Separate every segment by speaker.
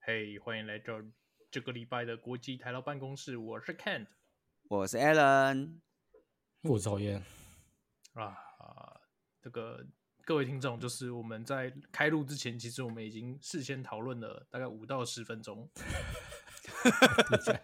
Speaker 1: 嘿欢迎来到这个礼拜的国际台劳办公室，我是 Kent
Speaker 2: 我是 Alan，
Speaker 3: 我讨厌，
Speaker 1: 啊、这个各位听众，就是我们在开录之前，其实我们已经事先讨论了大概五到十分钟，
Speaker 3: 听起来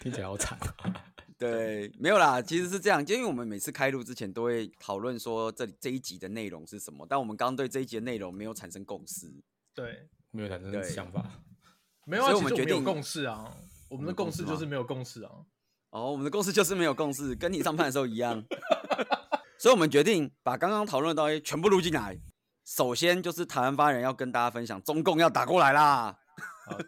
Speaker 3: 听起来好惨啊。
Speaker 2: 对，没有啦，其实是这样，就因为我们每次开录之前都会讨论说这里这一集的内容是什么，但我们刚刚对这一集的内容没有产生共识，
Speaker 1: 对，
Speaker 3: 没有产
Speaker 2: 对
Speaker 3: 生想法，
Speaker 1: 没有啊，
Speaker 2: 所以
Speaker 1: 其
Speaker 2: 我
Speaker 1: 实
Speaker 2: 们
Speaker 1: 我
Speaker 2: 决
Speaker 1: 们有
Speaker 2: 定
Speaker 1: 共识啊，我们的
Speaker 2: 有共
Speaker 1: 共识
Speaker 2: 识
Speaker 1: 就是
Speaker 2: 吗
Speaker 1: 没有共识啊，
Speaker 2: 哦，我们的共识就是没有共识，跟你上班的时候一 样，所以我们决定把刚刚讨论的东西全部录进来。首先就是台湾发言人要跟大家分享，中共要打过来啦，
Speaker 1: 啊，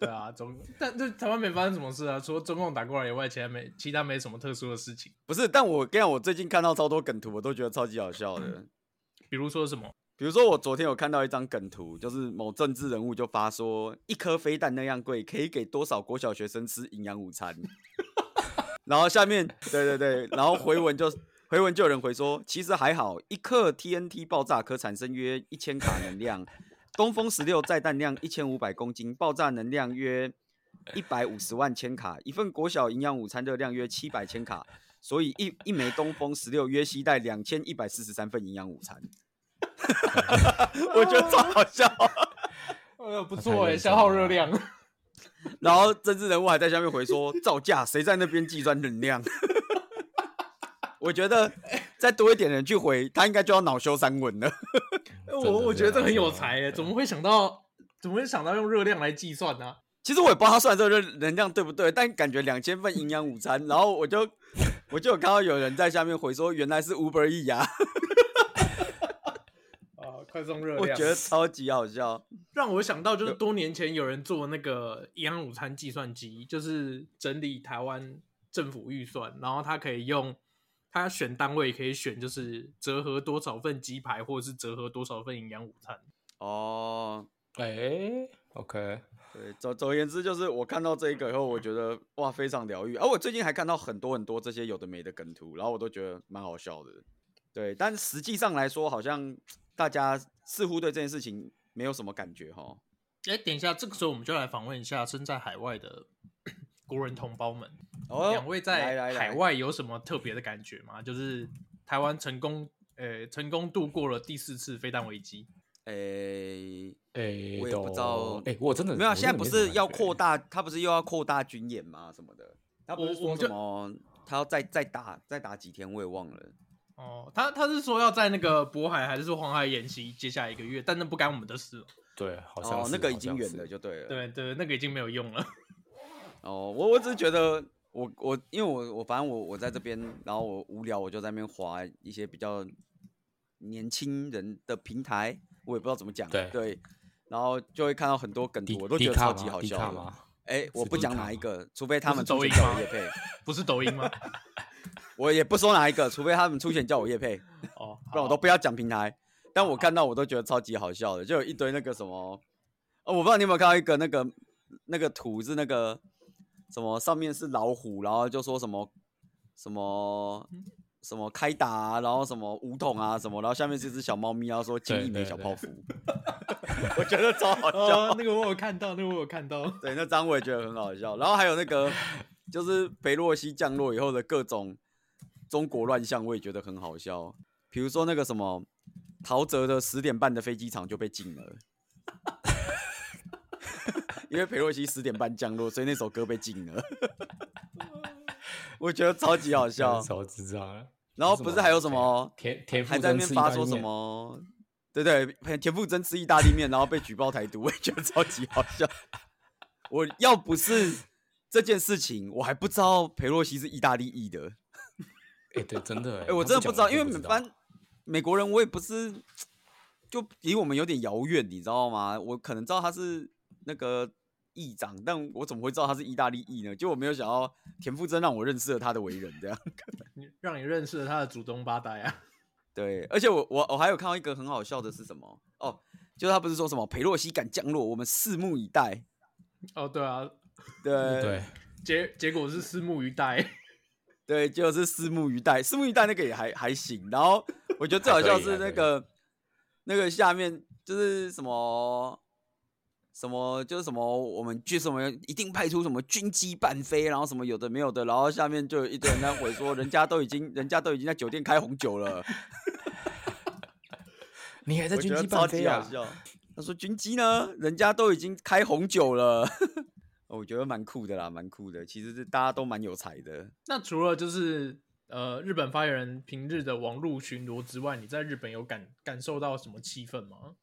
Speaker 1: 对啊，中，但这台湾没发生什么事啊，除了中共打过来以外，其他没其他没什么特殊的事情，
Speaker 2: 不是？但我跟你讲，我最近看到超多梗图，我都觉得超级好笑的。
Speaker 1: 比如说什么，
Speaker 2: 比如说，我昨天有看到一张梗图，就是某政治人物就发说，一颗飞弹那样贵，可以给多少国小学生吃营养午餐？然后下面，对对对，然后回文就 回文就有人回说，其实还好，一克 TNT 爆炸可产生约一千卡能量，东风十六载弹量一千五百公斤，爆炸能量约一百五十万千卡，一份国小营养午餐热量约七百千卡，所以一一枚东风十六约携带两千一百四十三份营养午餐。 我觉得超好笑。
Speaker 1: 呃，不
Speaker 3: 太
Speaker 1: 错哎、
Speaker 3: 啊认真
Speaker 1: 消耗热
Speaker 3: 了
Speaker 1: 量，
Speaker 2: 然后政治人物还在下面回说：“造价，谁在那边计算能量？” 我觉得再多一点人去回，他应该就要恼羞三文了。
Speaker 3: 真
Speaker 1: 我
Speaker 3: 的
Speaker 1: 哎我
Speaker 3: 是啊
Speaker 1: 觉得这
Speaker 3: 很
Speaker 1: 很有
Speaker 3: 有
Speaker 1: 才欸
Speaker 3: 才
Speaker 1: 耶，怎么会想到怎么会想到用热量来计算呢、
Speaker 2: 其实我也不知道他算这个能量对不对，但感觉两千份营养午餐，然后我就我就有看到有人在下面回说：“原来是 Uber E 啊！”
Speaker 1: 啊？快送热
Speaker 2: 我
Speaker 1: 量，
Speaker 2: 觉得超级好笑。
Speaker 1: 让我想到就是多年前有人做那个营养午餐计算机，就是整理台湾政府预算，然后他可以用他选单位可以选就是折合多少份鸡排，或者是折合多少份营养午餐。
Speaker 2: 哦，
Speaker 3: 哎、o k
Speaker 2: 对，总总而言之，就是我看到这一个以后，我觉得哇，非常疗愈。而、啊我最近还看到很多很多这些有的没的梗图，然后我都觉得蛮好笑的。对，但实际上来说，好像大家似乎对这件事情没有什么感觉哈。
Speaker 1: 哎，等一下，这个时候我们就来访问一下身在海外的 国人同胞们，
Speaker 2: 哦，
Speaker 1: 两位在
Speaker 2: 来来来
Speaker 1: 海外有什么特别的感觉吗？就是台湾成功，呃，成功度过了第四次飞弹危机。
Speaker 2: 诶、
Speaker 3: 哎、
Speaker 2: 我也
Speaker 3: 都
Speaker 2: 不知道
Speaker 3: 哎、我真的
Speaker 2: 没有啊，
Speaker 3: 我真的
Speaker 2: 现在不是要
Speaker 1: 欸
Speaker 2: 扩
Speaker 3: 大，
Speaker 2: 大，他不是又要扩大军演吗？什么的，他不
Speaker 1: 我
Speaker 2: 是
Speaker 1: 我
Speaker 2: 说
Speaker 1: 们就
Speaker 2: 什么他要再再打再打几天，我也忘了。
Speaker 1: 哦，他他是说要在那个渤海还是说黄海演习接下来一个月，但那不干我们的事哦。
Speaker 3: 对，好像
Speaker 2: 哦，
Speaker 3: 是
Speaker 2: 那个已经
Speaker 3: 好像
Speaker 2: 远
Speaker 3: 是
Speaker 2: 了，就对了。
Speaker 1: 对对，那个已经没有用了。
Speaker 2: 哦，我我只是觉得我我因为我我反正我我在这边，然后我无聊我就在那边划一些比较年轻人的平台，我也不知道怎么讲，
Speaker 3: 对
Speaker 2: 然后就会看到很多梗
Speaker 3: 迪
Speaker 2: 图，我都觉得
Speaker 3: 迪
Speaker 2: 超
Speaker 3: 卡吗
Speaker 2: 级好
Speaker 3: 迪卡
Speaker 2: 笑的。
Speaker 3: 吗？
Speaker 2: 哎，我
Speaker 3: 是
Speaker 2: 不
Speaker 3: 迪
Speaker 2: 讲
Speaker 3: 卡
Speaker 2: 哪一
Speaker 3: 吗
Speaker 2: 个，除非他
Speaker 1: 不是
Speaker 2: 们
Speaker 1: 抖
Speaker 2: 出
Speaker 1: 音
Speaker 2: 钱叫
Speaker 1: 吗
Speaker 2: 我叶配，
Speaker 1: 不是抖音吗？
Speaker 2: 我也不说哪一个，除非他们出钱叫我叶配，
Speaker 1: 哦，
Speaker 2: 不然我都不要讲平台。但我看到我都觉得超级好笑的，就有一堆那个什么，哦，我不知道你有没有看到一个那个那个图是那个什么上面是老虎，然后就说什么什么什么开打、啊，然后什么五桶啊什么，然后下面是一只小猫咪，然后说金一枚小泡芙，我觉得超好笑。
Speaker 1: 哦，那个我有看到，那个我有看到。
Speaker 2: 对，那张我也觉得很好笑。然后还有那个，就是裴洛西降落以后的各种中国乱象，我也觉得很好笑。比如说那个什么，陶喆的十点半的飞机场就被禁了， 因为裴洛西十点半降落，所以那首歌被禁了。 我觉得超级好笑。
Speaker 3: 手智障了。
Speaker 2: 然后不是还有什么
Speaker 3: 田田馥
Speaker 2: 还在那
Speaker 3: 甄
Speaker 2: 边
Speaker 3: 吃意
Speaker 2: 发
Speaker 3: 大利
Speaker 2: 说什
Speaker 3: 面？
Speaker 2: 么？对对，田馥甄吃意大利面，然后被举报台独，我也觉得超级好笑。我要不是这件事情，我还不知道裴洛西是意大利裔的。
Speaker 3: 哎、对，真的、哎、
Speaker 2: 哎，我
Speaker 3: 他
Speaker 2: 真的不
Speaker 3: 讲
Speaker 2: 知道，因为
Speaker 3: 我
Speaker 2: 美
Speaker 3: 真的不知道
Speaker 2: 班美国人，我也不是就离我们有点遥远，你知道吗？我可能知道他是那个议长，但我怎么会知道他是意大利裔呢？就我没有想到田馥甄让我认识了他的为人，这样。
Speaker 1: 你让你认识了他的祖宗八代啊！
Speaker 2: 对，而且我我我还有看到一个很好笑的是什么？哦，就是他不是说什么裴洛西敢降落，我们拭目以待。
Speaker 1: 哦，对啊，
Speaker 2: 对
Speaker 3: 对，
Speaker 1: 结结果是拭目以待。
Speaker 2: 对，就是拭目以待，拭目以待那个也还还行。然后我觉得最
Speaker 3: 还
Speaker 2: 好
Speaker 3: 可
Speaker 2: 笑
Speaker 3: 以
Speaker 2: 是
Speaker 3: 还
Speaker 2: 那
Speaker 3: 可以
Speaker 2: 个那个下面就是什么什么就是什么我们去什么一定派出什么军机伴飞，然后什么有的没有的，然后下面就有一堆人在 回说，人家都已经人家都已经在酒店开红酒了，
Speaker 3: 你还在
Speaker 2: 我觉
Speaker 3: 军
Speaker 2: 得
Speaker 3: 机
Speaker 2: 超
Speaker 3: 半飞
Speaker 2: 级好
Speaker 3: 啊？
Speaker 2: 笑。他说军机呢，人家都已经开红酒了， 哦我觉得蛮酷的啦，蛮酷的。其实是大家都蛮有才的。
Speaker 1: 那除了就是呃日本发言人平日的网络巡逻之外，你在日本有感感受到什么气氛吗？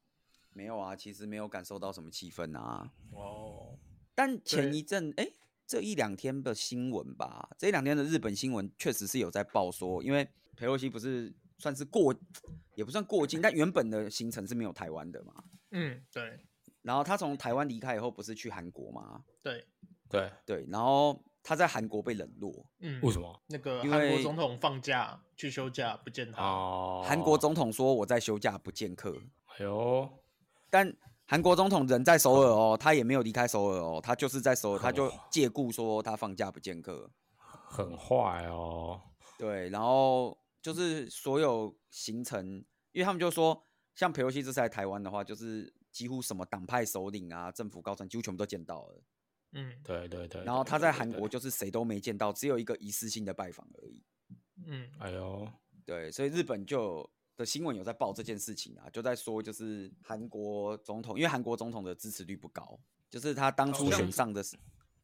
Speaker 2: 没有啊，其实没有感受到什么气氛啊。
Speaker 1: 哦，
Speaker 2: 但前
Speaker 1: 对
Speaker 2: 一阵，哎、这一两天的新闻吧，这一两天的日本新闻确实是有在报说，因为佩洛西不是算是过，也不算过境，但原本的行程是没有台湾的嘛。
Speaker 1: 嗯，对
Speaker 2: 然后他从台湾离开以后，不是去韩国吗？
Speaker 1: 对，
Speaker 3: 对，
Speaker 2: 对，然后他在韩国被冷落，
Speaker 1: 嗯，
Speaker 3: 为什么？
Speaker 1: 那个
Speaker 2: 因
Speaker 1: 韩国
Speaker 2: 为
Speaker 1: 总统放假去休假不见他？
Speaker 3: 哦，
Speaker 2: 啊韩国，总统说我在休假不见客，
Speaker 3: 哎呦，
Speaker 2: 但韩国总统人在首尔哦，他也没有离开首尔哦，他就是在首尔，他就
Speaker 3: 嗯哦
Speaker 2: 借故说他放假不见客。
Speaker 3: 很坏哦。
Speaker 2: 对，然后就是所有行程，因为他们就说，像裴洛西这次来台湾的话，就是几乎什么党派首领啊、政府高层几乎全部都见到了。
Speaker 1: 嗯
Speaker 3: 对对对。
Speaker 2: 然后
Speaker 3: 对
Speaker 2: 他
Speaker 3: 对
Speaker 2: 在
Speaker 3: 对
Speaker 2: 韩
Speaker 3: 对
Speaker 2: 国就是谁都没见到，只有一个一次性的拜访而已。
Speaker 1: 嗯，
Speaker 3: 哎呦，
Speaker 2: 对，所以日本就有的新闻有在报这件事情啊，就在说就是韩国总统，因为韩国总统的支持率不高，就是他当
Speaker 1: 好
Speaker 2: 初
Speaker 3: 像
Speaker 2: 选
Speaker 3: 是
Speaker 2: 上的时，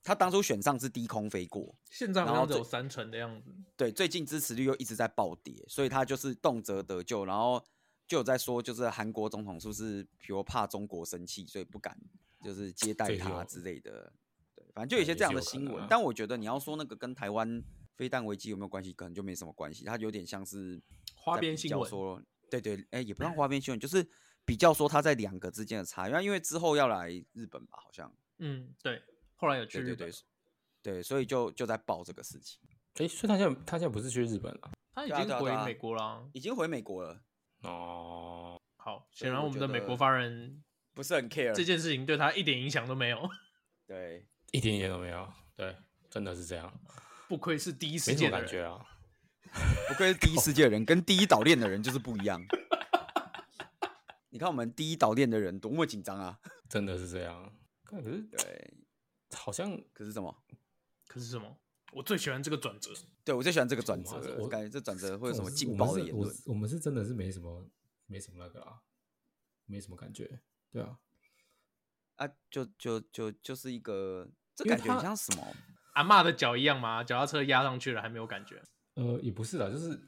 Speaker 2: 他当初选上是低空飞过，
Speaker 1: 现在好
Speaker 2: 然后
Speaker 1: 像只
Speaker 2: 这
Speaker 1: 有三成的样子。
Speaker 2: 对，最近支持率又一直在暴跌，所以他就是动辄得咎，然后就有在说，就是韩国总统是不是比如怕中国生气，所以不敢就是接待
Speaker 3: 这也
Speaker 2: 他
Speaker 3: 有
Speaker 2: 之类的。对，反正就有一
Speaker 3: 对
Speaker 2: 些
Speaker 3: 也
Speaker 2: 这样的
Speaker 3: 是有可
Speaker 2: 新
Speaker 3: 能
Speaker 2: 闻
Speaker 3: 啊，
Speaker 2: 但我觉得你要说那个跟台湾飞弹危机有没有关系，可能就没什么关系，它有点像是
Speaker 1: 花
Speaker 2: 在
Speaker 1: 边
Speaker 2: 比
Speaker 1: 新
Speaker 2: 较
Speaker 1: 闻
Speaker 2: 说对对，哎、也
Speaker 3: 嗯
Speaker 2: 不算花边新闻，就是比较说它在两个之间的差，因为因为之后要来日本吧，好像
Speaker 1: 嗯，对，后来有去
Speaker 2: 对对
Speaker 1: 日本
Speaker 2: 对，啊对，所以就就在报这个事情，
Speaker 3: 哎，所以他现在他现在不是去日本了？
Speaker 1: 他已
Speaker 2: 对啊
Speaker 1: 经
Speaker 2: 对啊对
Speaker 1: 回
Speaker 2: 啊
Speaker 1: 美国啦。
Speaker 2: 已经回美国了，
Speaker 3: 哦，
Speaker 1: 好，
Speaker 2: 所以
Speaker 1: 显然
Speaker 2: 我
Speaker 1: 我们
Speaker 2: 觉
Speaker 1: 的美
Speaker 2: 得
Speaker 1: 国发人
Speaker 2: 不是很 care
Speaker 1: 这件事情对他一点影响都没有，
Speaker 2: 对。
Speaker 3: 一点一点都没有。对，真的是这样，
Speaker 1: 不愧是第一
Speaker 3: 没
Speaker 1: 时
Speaker 3: 什么
Speaker 1: 间的
Speaker 3: 感觉
Speaker 1: 人。
Speaker 3: 啊。
Speaker 2: 不愧是第一世界的人，跟第一岛链的人就是不一样。 你看我们第一岛链的人多么紧张啊！
Speaker 3: 真的是这样。干可是
Speaker 2: 对，
Speaker 3: 好像
Speaker 2: 可是什么？
Speaker 1: 可是什么？我最喜欢这个转折。
Speaker 2: 对我最喜欢这个转折
Speaker 3: 我
Speaker 2: 了，
Speaker 3: 我
Speaker 2: 感觉这转折会有什
Speaker 3: 这种
Speaker 2: 么
Speaker 3: 是
Speaker 2: 劲爆的言
Speaker 3: 我们
Speaker 2: 论
Speaker 3: 是？我是我们是真的是没什么没什么那个啊，没什么感觉。对啊，
Speaker 2: 啊？就就就就是一个，这
Speaker 3: 因为
Speaker 2: 感觉很
Speaker 3: 他
Speaker 2: 像什么？
Speaker 1: 阿嬷的脚一样吗？脚踏车压上去了还没有感觉。
Speaker 3: 呃，也不是啦，就是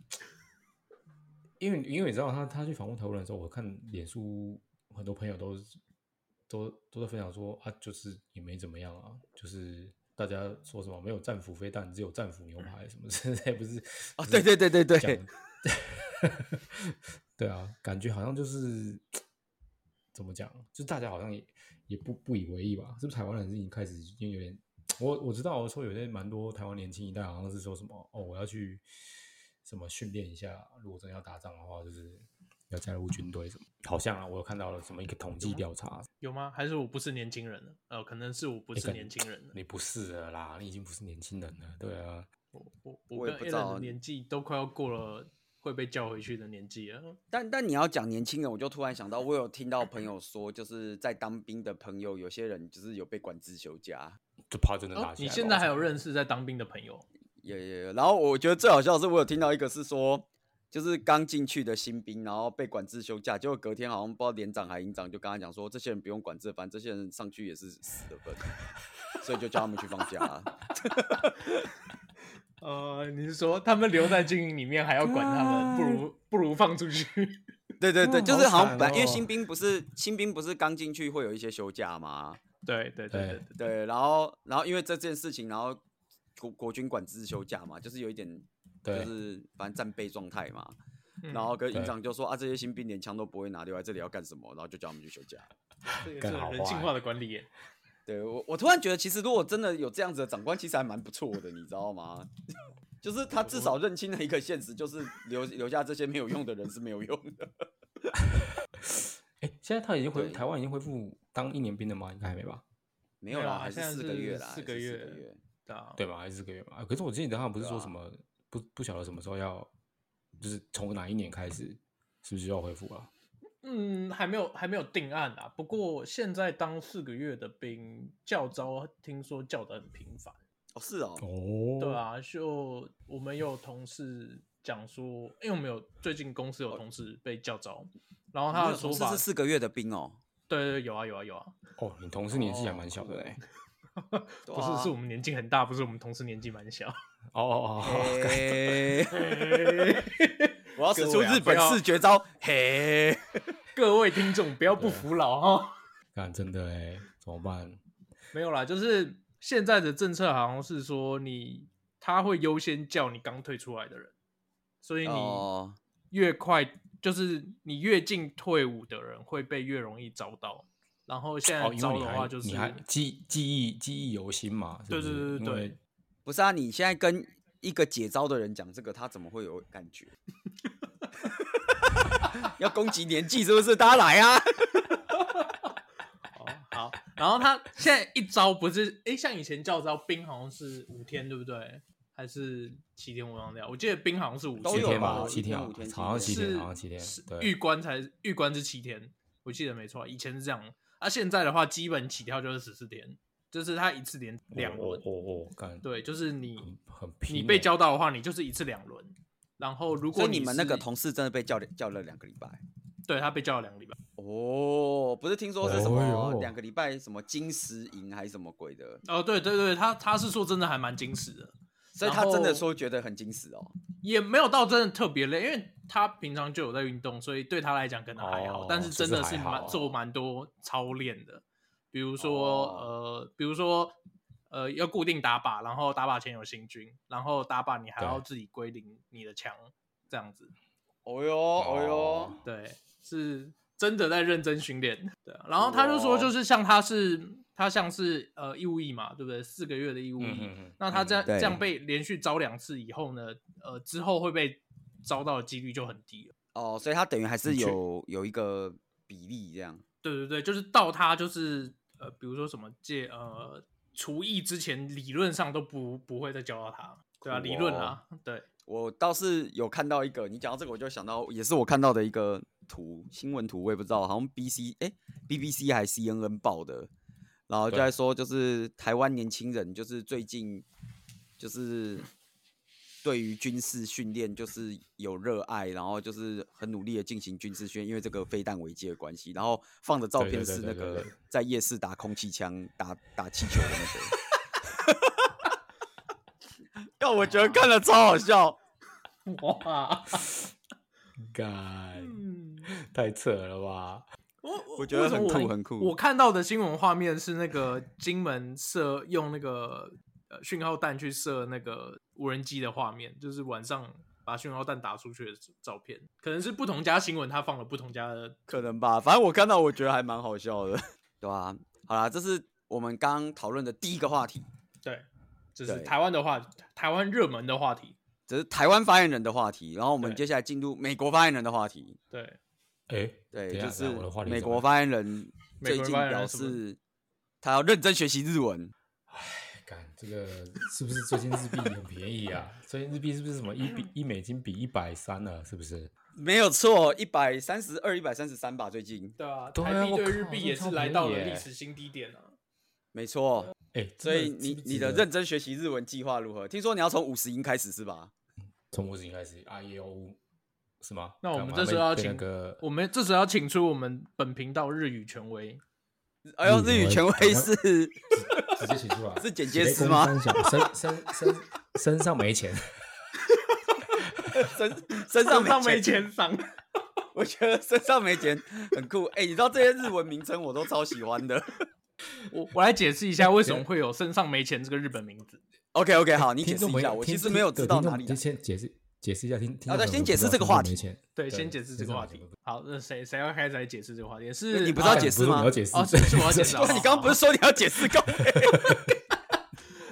Speaker 3: 因为因为你知道他他去访问台湾人的时候，我看脸书很多朋友都是都都在分享说啊，就是也没怎么样啊，就是大家说什么没有战斧飞弹，只有战斧牛排什么之类，不是
Speaker 2: 哦，
Speaker 3: 不
Speaker 2: 对对
Speaker 3: 是
Speaker 2: 对对对
Speaker 3: 讲，对啊，感觉好像就是怎么讲，就是大家好像也也不不以为意吧？是不是台湾人已经开始已经有点？我我知道，我说有些蛮多台湾年轻一代好像是说什么哦，我要去什么训练一下，如果真的要打仗的话，就是要加入军队什么。好像啊，我有看到了什么一个统计调查，
Speaker 1: 有吗？还是我不是年轻人了？呃，可能是我不
Speaker 3: 你
Speaker 1: 是
Speaker 3: 感
Speaker 1: 年轻人
Speaker 2: 哎
Speaker 1: 了。
Speaker 3: 你不是了啦，你已经不是年轻人了，对啊。
Speaker 1: 我我
Speaker 2: 我
Speaker 1: 我
Speaker 2: 也
Speaker 1: 跟
Speaker 2: 不
Speaker 1: a
Speaker 2: 知
Speaker 1: l
Speaker 2: 道啊
Speaker 1: 的年纪都快要过了会被叫回去的年纪了。哦
Speaker 2: 但但你要讲年轻人，我就突然想到，我有听到朋友说，就是在当兵的朋友，有些人就是有被管制休假。
Speaker 3: 就怕真的打
Speaker 1: 哦，
Speaker 3: 起来、
Speaker 1: 你现在还有认？识在当兵的朋友？
Speaker 2: 有有有。然后我觉得最好笑的是，我有听到一个是说，就是刚进去的新兵，然后被管制休假，结果隔天好像不知道连长还营长就跟他讲说，这些人不用管制，反正这些人上去也是死的份，所以就叫他们去放假啊。
Speaker 1: 呃，你是说他们留在军营里面还要管他们，不如不如放出去？
Speaker 2: 对对对，
Speaker 3: 哇
Speaker 2: 就是好
Speaker 3: 好
Speaker 2: 像
Speaker 3: 惨
Speaker 2: 本来、因为
Speaker 3: 哦
Speaker 2: 新兵不是新兵不是刚进去会有一些休假吗？
Speaker 1: 对对对对
Speaker 3: 对
Speaker 1: 对，
Speaker 2: 对，然后然后因为这件事情，然后国国军管制休假嘛，就是有一点就
Speaker 3: 对
Speaker 2: 是反正战备状态嘛。
Speaker 1: 嗯
Speaker 2: 然后跟营
Speaker 3: 对
Speaker 2: 长就说啊，这些新兵连枪都不会拿，留在这里要干什么？然后就叫他们去休假。
Speaker 1: 这个
Speaker 3: 干
Speaker 1: 是
Speaker 3: 好
Speaker 1: 人性
Speaker 3: 坏
Speaker 1: 化的欸管理耶。
Speaker 2: 对我，我突然觉得，其实如果真的有这样子的长官，其实还蛮不错的，你知道吗？ 就是他至少认清了一个现实，就是留留下这些没有用的人是没有用的。
Speaker 3: 哎、现在他已经恢
Speaker 2: 对
Speaker 3: 台湾已经恢复当一年兵了吗？应该还没吧？
Speaker 2: 没
Speaker 1: 有
Speaker 2: 有
Speaker 1: 啦
Speaker 2: 啦，还
Speaker 1: 啊现在
Speaker 2: 四个月
Speaker 1: 是
Speaker 2: 啦，
Speaker 1: 四
Speaker 2: 还是
Speaker 1: 个
Speaker 2: 四
Speaker 1: 月
Speaker 2: 个月。
Speaker 1: 对啊，
Speaker 3: 对吧？还是四个月吧？啊可是我记得他不是
Speaker 2: 对
Speaker 3: 说
Speaker 2: 啊
Speaker 3: 什么、不不晓得什么时候要，就是从哪一年开始，是不是就要恢复了？
Speaker 1: 嗯，还没有还没有定案啊。不过现在当四个月的兵，教招听说叫的很频繁。
Speaker 2: 哦，是哦，
Speaker 3: 哦，
Speaker 1: 对，啊，就我们有同事讲说，因为我们有最近公司有同事被叫招，然后他
Speaker 2: 你
Speaker 1: 的
Speaker 2: 有同
Speaker 1: 说
Speaker 2: 事
Speaker 1: 法
Speaker 2: 是四个月的兵哦，
Speaker 1: 对对对有啊有啊有啊，
Speaker 3: 哦，你同事年纪还蛮小的
Speaker 2: 哦
Speaker 3: 哎、
Speaker 2: 对
Speaker 1: 不是
Speaker 2: 啊
Speaker 1: 是我们年纪很大，不是我们同事年纪蛮 小。
Speaker 3: 哦哦哦，
Speaker 2: 嘿我要使
Speaker 1: 各
Speaker 2: 出
Speaker 1: 位啊
Speaker 2: 日本
Speaker 1: 不要
Speaker 2: 式绝招，嘿，
Speaker 1: 各位听众不要不服老哦。
Speaker 3: 干、真的哎、怎么办？
Speaker 1: 没有啦，就是现在的政策好像是说你他会优先叫你刚退出来的人，所以你
Speaker 2: 哦
Speaker 1: 越快、就是你越近退伍的人会被越容易招到。然后现
Speaker 3: 哦，
Speaker 1: 在
Speaker 3: 因为
Speaker 1: 招
Speaker 3: 你
Speaker 1: 的
Speaker 3: 还
Speaker 1: 话就是、
Speaker 3: 你还记记忆记忆犹新嘛，是不
Speaker 1: 对对对对
Speaker 3: 是因为
Speaker 1: 对
Speaker 2: 不是啊，你现在跟一个解招的人讲这个，他怎么会有感 觉？要攻击年纪是不是？大家来 啊！
Speaker 1: 哦好。然后他现在一招不是诶，像以前叫招兵好像是五天对不对？还是七天我忘掉，我记得兵好像是五
Speaker 2: 都
Speaker 3: 七
Speaker 2: 有
Speaker 3: 天
Speaker 2: 吧
Speaker 3: 吧，
Speaker 2: 我
Speaker 3: 七
Speaker 2: 一
Speaker 3: 天
Speaker 2: 天
Speaker 3: 啊
Speaker 2: 五天，七
Speaker 3: 好像
Speaker 2: 天
Speaker 3: 七
Speaker 1: 是
Speaker 3: 天，好像七天
Speaker 1: 是，
Speaker 3: 对
Speaker 1: 玉，官才玉官是七天，我记得没错，以前是这样啊。现在的话，基本起跳就是十四天，就是他一次连两
Speaker 3: 哦
Speaker 1: 轮，
Speaker 3: 哦哦，干，
Speaker 1: 对，就是你
Speaker 3: 很很拼欸，
Speaker 1: 你被教到的话，你就是一次两轮。然后如
Speaker 2: 所
Speaker 1: 果
Speaker 2: 以你们那个
Speaker 1: 是
Speaker 2: 同事真的被叫叫了两个礼拜
Speaker 1: 对他被教了两个礼拜，
Speaker 2: 哦，不是听说是什
Speaker 3: 哦
Speaker 2: 么
Speaker 3: 哟
Speaker 2: 两个礼拜什么金石营还是什么鬼的，
Speaker 1: 哦，对对对，他他是说真的还蛮矜持的，
Speaker 2: 所以他真的说觉得很金石哦。
Speaker 1: 也没有到真的特别累，因为他平常就有在运动，所以对他来讲可能还好，
Speaker 3: 哦
Speaker 1: 但是真的
Speaker 3: 就是是还
Speaker 1: 蛮、
Speaker 3: 好
Speaker 1: 做蛮多操练的，比如说、
Speaker 2: 哦
Speaker 1: 呃，比如说呃要固定打靶，然后打靶前有行军，然后打靶你还
Speaker 3: 对
Speaker 1: 要自己归零你的枪，这样子，
Speaker 2: 哦哟，哦哟，
Speaker 1: 对，是真的在认真训练，对啊。然后他就说，
Speaker 2: 哇
Speaker 1: 就是像他是他像是呃义务役嘛，对不对？四个月的义务役，
Speaker 3: 嗯嗯嗯
Speaker 1: 那他这样、
Speaker 2: 对
Speaker 1: 这样被连续招两次以后呢，呃，之后会被招到的几率就很低了。
Speaker 2: 哦，所以他等于还是
Speaker 3: 的确
Speaker 2: 有有一个比例这样。
Speaker 1: 对对对，就是到他就是呃，比如说什么借呃厨艺之前，理论上都不不会再教到他，对啊，
Speaker 2: 酷
Speaker 1: 理论
Speaker 2: 哦
Speaker 1: 啊，对，
Speaker 2: 我倒是有看到一个，你讲到这个，我就想到，也是我看到的一个图，新闻图，我也不知道，好像 B C 哎、B B C 还 C N N 报的，然后就
Speaker 3: 对
Speaker 2: 在说，就是台湾年轻人，就是最近就是对于军事训练就是有热爱，然后就是很努力的进行军事训练，因为这个飞弹危机的关系，然后放的照
Speaker 3: 对对
Speaker 2: 片
Speaker 3: 对
Speaker 2: 是
Speaker 3: 对
Speaker 2: 那
Speaker 3: 对
Speaker 2: 个
Speaker 3: 对
Speaker 2: 在夜市打空气枪、打打气球的那个。 但我觉得看了超好笑，
Speaker 1: 哇，
Speaker 2: 哎
Speaker 3: 干
Speaker 1: 嗯。
Speaker 3: 太扯了吧？
Speaker 1: 我
Speaker 2: 我觉得
Speaker 1: 为什么
Speaker 2: 很酷
Speaker 1: 我
Speaker 2: 很酷
Speaker 1: 我看到的新闻画面是那个金门射用那个呃讯号弹去射那个无人机的画面，就是晚上把讯号弹打出去的照片。可能是不同家新闻他放了不同家的，
Speaker 2: 可能吧，反正我看到我觉得还蛮好笑的， 对啊？好啦，这是我们刚讨论的第一个话题，
Speaker 1: 对，就是
Speaker 2: 对
Speaker 1: 台湾的话，台湾热门的话题，
Speaker 2: 这是台湾发言人的话题，然后我们
Speaker 1: 对
Speaker 2: 接下来进入美国发言人的话题。
Speaker 1: 对，
Speaker 3: 哎、
Speaker 2: 对，
Speaker 3: 等一
Speaker 2: 就
Speaker 3: 下
Speaker 2: 是
Speaker 3: 等一下我的话题
Speaker 2: 美
Speaker 3: 是什么
Speaker 2: 国发言人
Speaker 1: 美
Speaker 2: 最
Speaker 1: 国
Speaker 2: 近
Speaker 1: 发言人
Speaker 2: 表
Speaker 1: 什么
Speaker 2: 示他要认真学习日文。
Speaker 3: 干这个是不是最近日币很便宜啊？ 最近日币是不是什么一比一美金比一百三了？是不是？
Speaker 2: 没有错，一百三十二、一百三十三吧，最近
Speaker 1: 对啊，
Speaker 3: 对啊
Speaker 1: 台币
Speaker 3: 我
Speaker 1: 对
Speaker 3: 靠
Speaker 1: 日币也
Speaker 3: 真
Speaker 1: 是
Speaker 3: 的超
Speaker 1: 来到
Speaker 3: 便
Speaker 1: 了
Speaker 3: 宜耶
Speaker 1: 历史新低点啊。
Speaker 2: 没错。
Speaker 3: 哎、
Speaker 2: 所
Speaker 3: 真
Speaker 2: 以
Speaker 3: 的
Speaker 2: 你
Speaker 3: 值不值
Speaker 2: 你的
Speaker 3: 得
Speaker 2: 认真学习日文计划如何？听说你要从五十音开始是吧？
Speaker 3: 从五十音开始，I E O U 是吗？
Speaker 1: 那我
Speaker 3: 干
Speaker 1: 们
Speaker 3: 嘛
Speaker 1: 这时
Speaker 3: 被
Speaker 1: 候要
Speaker 3: 被
Speaker 1: 请
Speaker 3: 那个
Speaker 1: 我们这时候要请出我们本频道日语权威，
Speaker 2: 哎呦，
Speaker 3: 日
Speaker 2: 日语
Speaker 3: 文
Speaker 2: 权威
Speaker 3: 赶快
Speaker 2: 是
Speaker 3: 直接请出来
Speaker 2: 是剪接
Speaker 3: 谁
Speaker 2: 师
Speaker 3: 公
Speaker 2: 吗
Speaker 3: 三小身身身身上没钱，
Speaker 2: 身身上
Speaker 1: 上
Speaker 2: 没
Speaker 1: 没钱赏。
Speaker 2: 我觉得身上没钱很酷。哎、你知道这些日文名称我都超喜欢的。
Speaker 1: 我我来解释一下为什么会有“身上没钱”这个日本名字。
Speaker 2: OK OK，好，你解
Speaker 3: 听
Speaker 2: 释
Speaker 3: 众
Speaker 2: 一
Speaker 3: 朋
Speaker 2: 下。
Speaker 3: 友
Speaker 2: 我
Speaker 3: 听
Speaker 2: 其实
Speaker 3: 听
Speaker 2: 没有
Speaker 3: 对
Speaker 2: 知道
Speaker 3: 听
Speaker 2: 哪
Speaker 3: 众
Speaker 2: 里
Speaker 3: 就
Speaker 2: 来。
Speaker 3: 先解释解释一下，听听
Speaker 2: 啊
Speaker 3: 众
Speaker 2: 对
Speaker 3: 朋友
Speaker 2: 先
Speaker 3: 不
Speaker 2: 解
Speaker 3: 知
Speaker 2: 释
Speaker 3: 道
Speaker 2: 这个
Speaker 3: 身上
Speaker 2: 话
Speaker 3: 没
Speaker 2: 题
Speaker 3: 钱
Speaker 1: 对，
Speaker 3: 对
Speaker 1: 先解释这个话
Speaker 3: 身上
Speaker 1: 题
Speaker 3: 没钱。
Speaker 1: 好，那谁谁要开始来解释这个话题？
Speaker 2: 对
Speaker 1: 是
Speaker 2: 你不知道
Speaker 1: 啊
Speaker 2: 解释吗
Speaker 3: 你要解释
Speaker 1: 哦，是是我要解 释啊。
Speaker 2: 不是你刚刚不是说你要解释告白？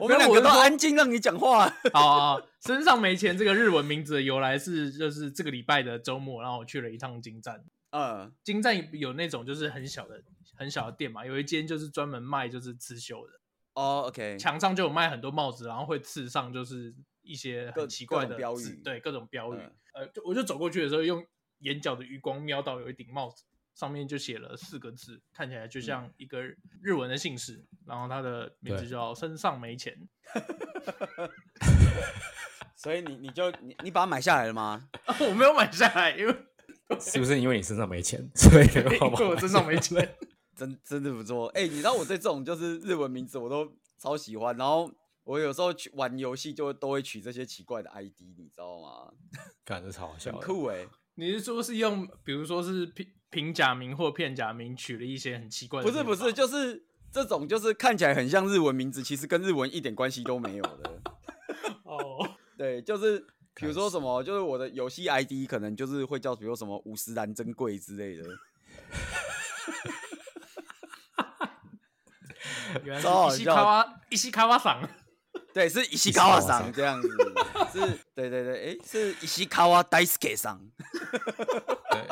Speaker 2: 我
Speaker 1: 没有
Speaker 2: 们两
Speaker 1: 我
Speaker 2: 个
Speaker 1: 是
Speaker 2: 都
Speaker 1: 说
Speaker 2: 安静让你讲话。
Speaker 1: 好好好哦身上没钱这个日文名字的由来是，就是这个礼拜的周末，然后我去了一趟金站。
Speaker 2: 嗯，
Speaker 1: 金站有那种就是很小的很小的店嘛，有一间就是专门卖就是刺绣的，
Speaker 2: 哦，OK，
Speaker 1: 墙上就有卖很多帽子，然后会刺上就是一些
Speaker 2: 各
Speaker 1: 很奇怪
Speaker 2: 各
Speaker 1: 的
Speaker 2: 种标
Speaker 1: 字
Speaker 2: 语
Speaker 1: 对各种标语
Speaker 2: 嗯。
Speaker 1: 呃，就我就走过去的时候，用眼角的余光瞄到有一顶帽子，上面就写了四个字，看起来就
Speaker 2: 嗯
Speaker 1: 像一个日文的姓氏，然后他的名字
Speaker 3: 对
Speaker 1: 叫身上没钱。
Speaker 2: 所以你你就你你把它买下来了吗？
Speaker 1: 啊我没有买下来，因为
Speaker 3: 是不是因为你身上没钱， 所以没办
Speaker 1: 因
Speaker 3: 法
Speaker 1: 为我身上没钱。
Speaker 2: 真真的不错。哎、你知道我对这种就是日文名字我都超喜欢，然后我有时候去玩游戏就都会取这些奇怪的 ID，你知道吗？
Speaker 3: 干这超好笑
Speaker 2: 很
Speaker 3: 的，
Speaker 2: 酷哎、
Speaker 1: 你是说是用，比如说是平平假名或片假名取了一些很奇怪的
Speaker 2: 不
Speaker 1: 念法吗？
Speaker 2: 是不是，就是这种就是看起来很像日文名字，其实跟日文一点关系都没有的。
Speaker 1: 哦，
Speaker 2: 对，就是比如
Speaker 3: 看
Speaker 2: 说
Speaker 3: 似
Speaker 2: 什么，就是我的游戏 ID 可能就是会叫，比如什么五十岚珍贵之类的，
Speaker 1: 原来
Speaker 2: 超好
Speaker 1: 是伊西
Speaker 2: 笑
Speaker 1: 卡哇伊西卡哇桑。
Speaker 2: 对，是伊西卡瓦
Speaker 3: 伊西卡
Speaker 2: 桑
Speaker 3: 瓦
Speaker 2: 这样子，是，对对对，哎、是伊西卡瓦戴斯克桑，
Speaker 3: 对，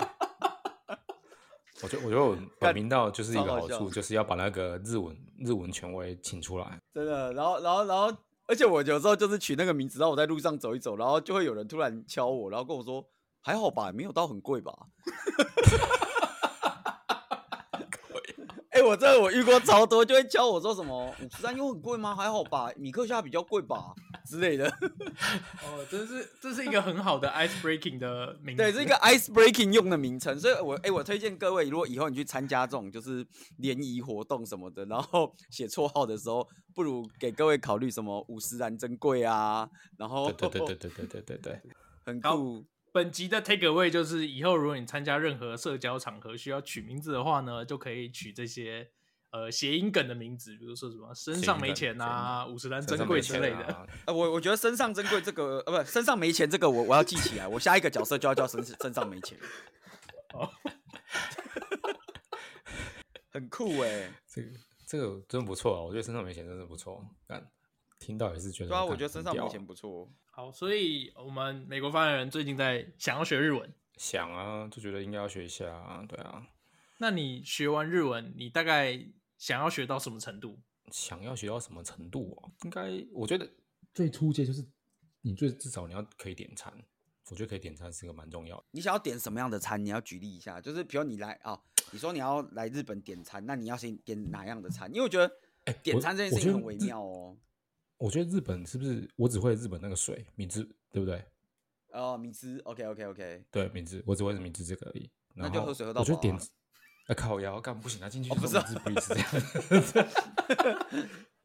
Speaker 3: 我觉得 我觉得我本频道就是一
Speaker 2: 超
Speaker 3: 个
Speaker 2: 好
Speaker 3: 好
Speaker 2: 笑
Speaker 3: 处，就是要把那个日文日文权威请出来。
Speaker 2: 真的，然后然后然后，而且我有时候就是取那个名字，然后我在路上走一走，然后就会有人突然敲我，然后跟我说还好吧，没有到很贵吧。哎、我这个我遇过超多，就会敲我说什么五十三又很贵吗？还好吧，米克夏比较贵吧之类的。
Speaker 1: 哦，这是这是一个很好的 ice breaking 的名字。
Speaker 2: 对，是一个 ice breaking 用的名称，所以我哎、我推荐各位，如果以后你去参加这种就是联谊活动什么的，然后写绰号的时候，不如给各位考虑什么五十岚珍贵啊，然后
Speaker 3: 对对对对对对对对对，
Speaker 2: 很
Speaker 1: 好
Speaker 2: 酷，
Speaker 1: 本集的 take away 就是，以后如果你参加任何社交场合需要取名字的话呢，就可以取这些呃谐音梗的名字，比如说什么身上没钱啊、五十岚珍贵之类的。
Speaker 3: 啊。
Speaker 2: 呃，我我觉得身上珍贵这个，呃，不，身上没钱这个我，我要记起来，我下一个角色就要叫身身上没钱。
Speaker 1: 哦，
Speaker 2: 很酷哎、
Speaker 3: 这个这个真不错啊，我觉得身上没钱真的不错。但听到也是觉得
Speaker 2: 对啊，我
Speaker 3: 干
Speaker 2: 觉得身上
Speaker 3: 很
Speaker 2: 没
Speaker 3: 屌
Speaker 2: 钱不错。
Speaker 1: 好，所以我们美国发言人最近在想要学日文。
Speaker 3: 想啊，就觉得应该要学一下啊，对啊，
Speaker 1: 那你学完日文，你大概想要学到什么程度？
Speaker 3: 想要学到什么程度啊？应该我觉得最初阶就是你最至少你要可以点餐，我觉得可以点餐是个蛮重要的。
Speaker 2: 你想要点什么样的餐？你要举例一下，就是比如你来啊、你说你要来日本点餐，那你要先点哪样的餐？因为我觉得点
Speaker 3: 哎我
Speaker 2: 餐这件
Speaker 3: 我
Speaker 2: 事情
Speaker 3: 觉得
Speaker 2: 很微
Speaker 3: 日
Speaker 2: 妙哦。
Speaker 3: 我觉得日本是不是我只会日本那个水米字，对不对？
Speaker 2: 哦，米汁，OK OK OK，
Speaker 3: 对，米字，我只会米字这个而已。
Speaker 2: 那
Speaker 3: 然
Speaker 2: 就
Speaker 3: 后
Speaker 2: 喝水喝到
Speaker 3: 我就
Speaker 2: 饱啊
Speaker 3: 点，啊靠腰干不行啊，进去
Speaker 2: 哦
Speaker 3: 就
Speaker 2: 不
Speaker 3: 说
Speaker 2: 是
Speaker 3: 米字不一致这样。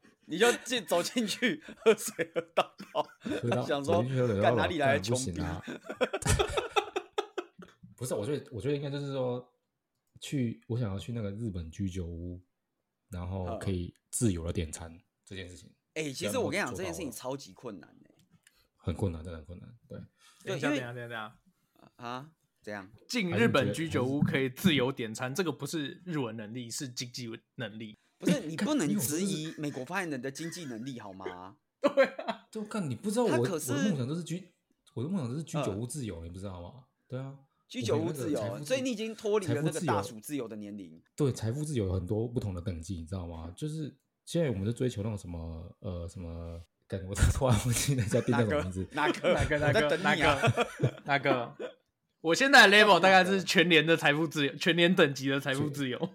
Speaker 2: 你就进走进去喝水喝到饱
Speaker 3: 喝到，
Speaker 2: 想
Speaker 3: 走
Speaker 2: 说
Speaker 3: 进去喝水喝到
Speaker 2: 干
Speaker 3: 饱
Speaker 2: 哪里来的
Speaker 3: 干不
Speaker 2: 穷
Speaker 3: 行
Speaker 2: 逼？
Speaker 3: 啊？ 不是，我觉得我觉得应该就是说，去我想要去那个日本居酒屋，然后
Speaker 2: 嗯
Speaker 3: 可以自由的点餐这件事情
Speaker 2: 哎、其实
Speaker 3: 然后
Speaker 2: 我跟你讲，
Speaker 3: 做
Speaker 2: 这件
Speaker 3: 到
Speaker 2: 事情
Speaker 3: 了
Speaker 2: 超级困难哎、
Speaker 3: 很困难，真的很困难。对，
Speaker 1: 等
Speaker 2: 对
Speaker 1: 一下，
Speaker 2: 因
Speaker 1: 等
Speaker 2: 为
Speaker 1: 一下，等一下。
Speaker 2: 啊，这样
Speaker 1: 进日本居酒屋可以自由点餐，这个不是日文能力，是经济能力。
Speaker 2: 不
Speaker 3: 哎
Speaker 2: 是你不能
Speaker 3: 因为我
Speaker 2: 质
Speaker 3: 真的
Speaker 2: 疑美国发言人的经济能力好吗？
Speaker 3: 就看你不知道我
Speaker 2: 他
Speaker 3: 我
Speaker 2: 可是
Speaker 3: 的梦想就是居我的梦想就是居酒
Speaker 2: 嗯
Speaker 3: 屋自由，你不知道吗？对啊，
Speaker 2: 居
Speaker 3: 我
Speaker 2: 酒屋
Speaker 3: 们那个
Speaker 2: 自
Speaker 3: 财
Speaker 2: 由，
Speaker 3: 富
Speaker 2: 所以
Speaker 3: 自
Speaker 2: 你已经脱离
Speaker 3: 财
Speaker 2: 了
Speaker 3: 富
Speaker 2: 那个
Speaker 3: 自
Speaker 2: 大
Speaker 3: 由
Speaker 2: 鼠自由的年龄。
Speaker 3: 对，财富自由有很多不同的等级，你知道吗？就是现在我们就追求那种什么呃什么，感觉我突然忘记那家店
Speaker 2: 哪
Speaker 3: 叫什么
Speaker 2: 个。
Speaker 3: 名字
Speaker 2: 哪 个
Speaker 1: 哪个
Speaker 2: 我
Speaker 1: 哪
Speaker 2: 在
Speaker 1: 个
Speaker 2: 等
Speaker 1: 哪
Speaker 2: 你啊！
Speaker 1: 个哪个？我现在的 level 大概
Speaker 2: 哪
Speaker 1: 是
Speaker 2: 个
Speaker 1: 全年的财富自由，全年等级的财富自由。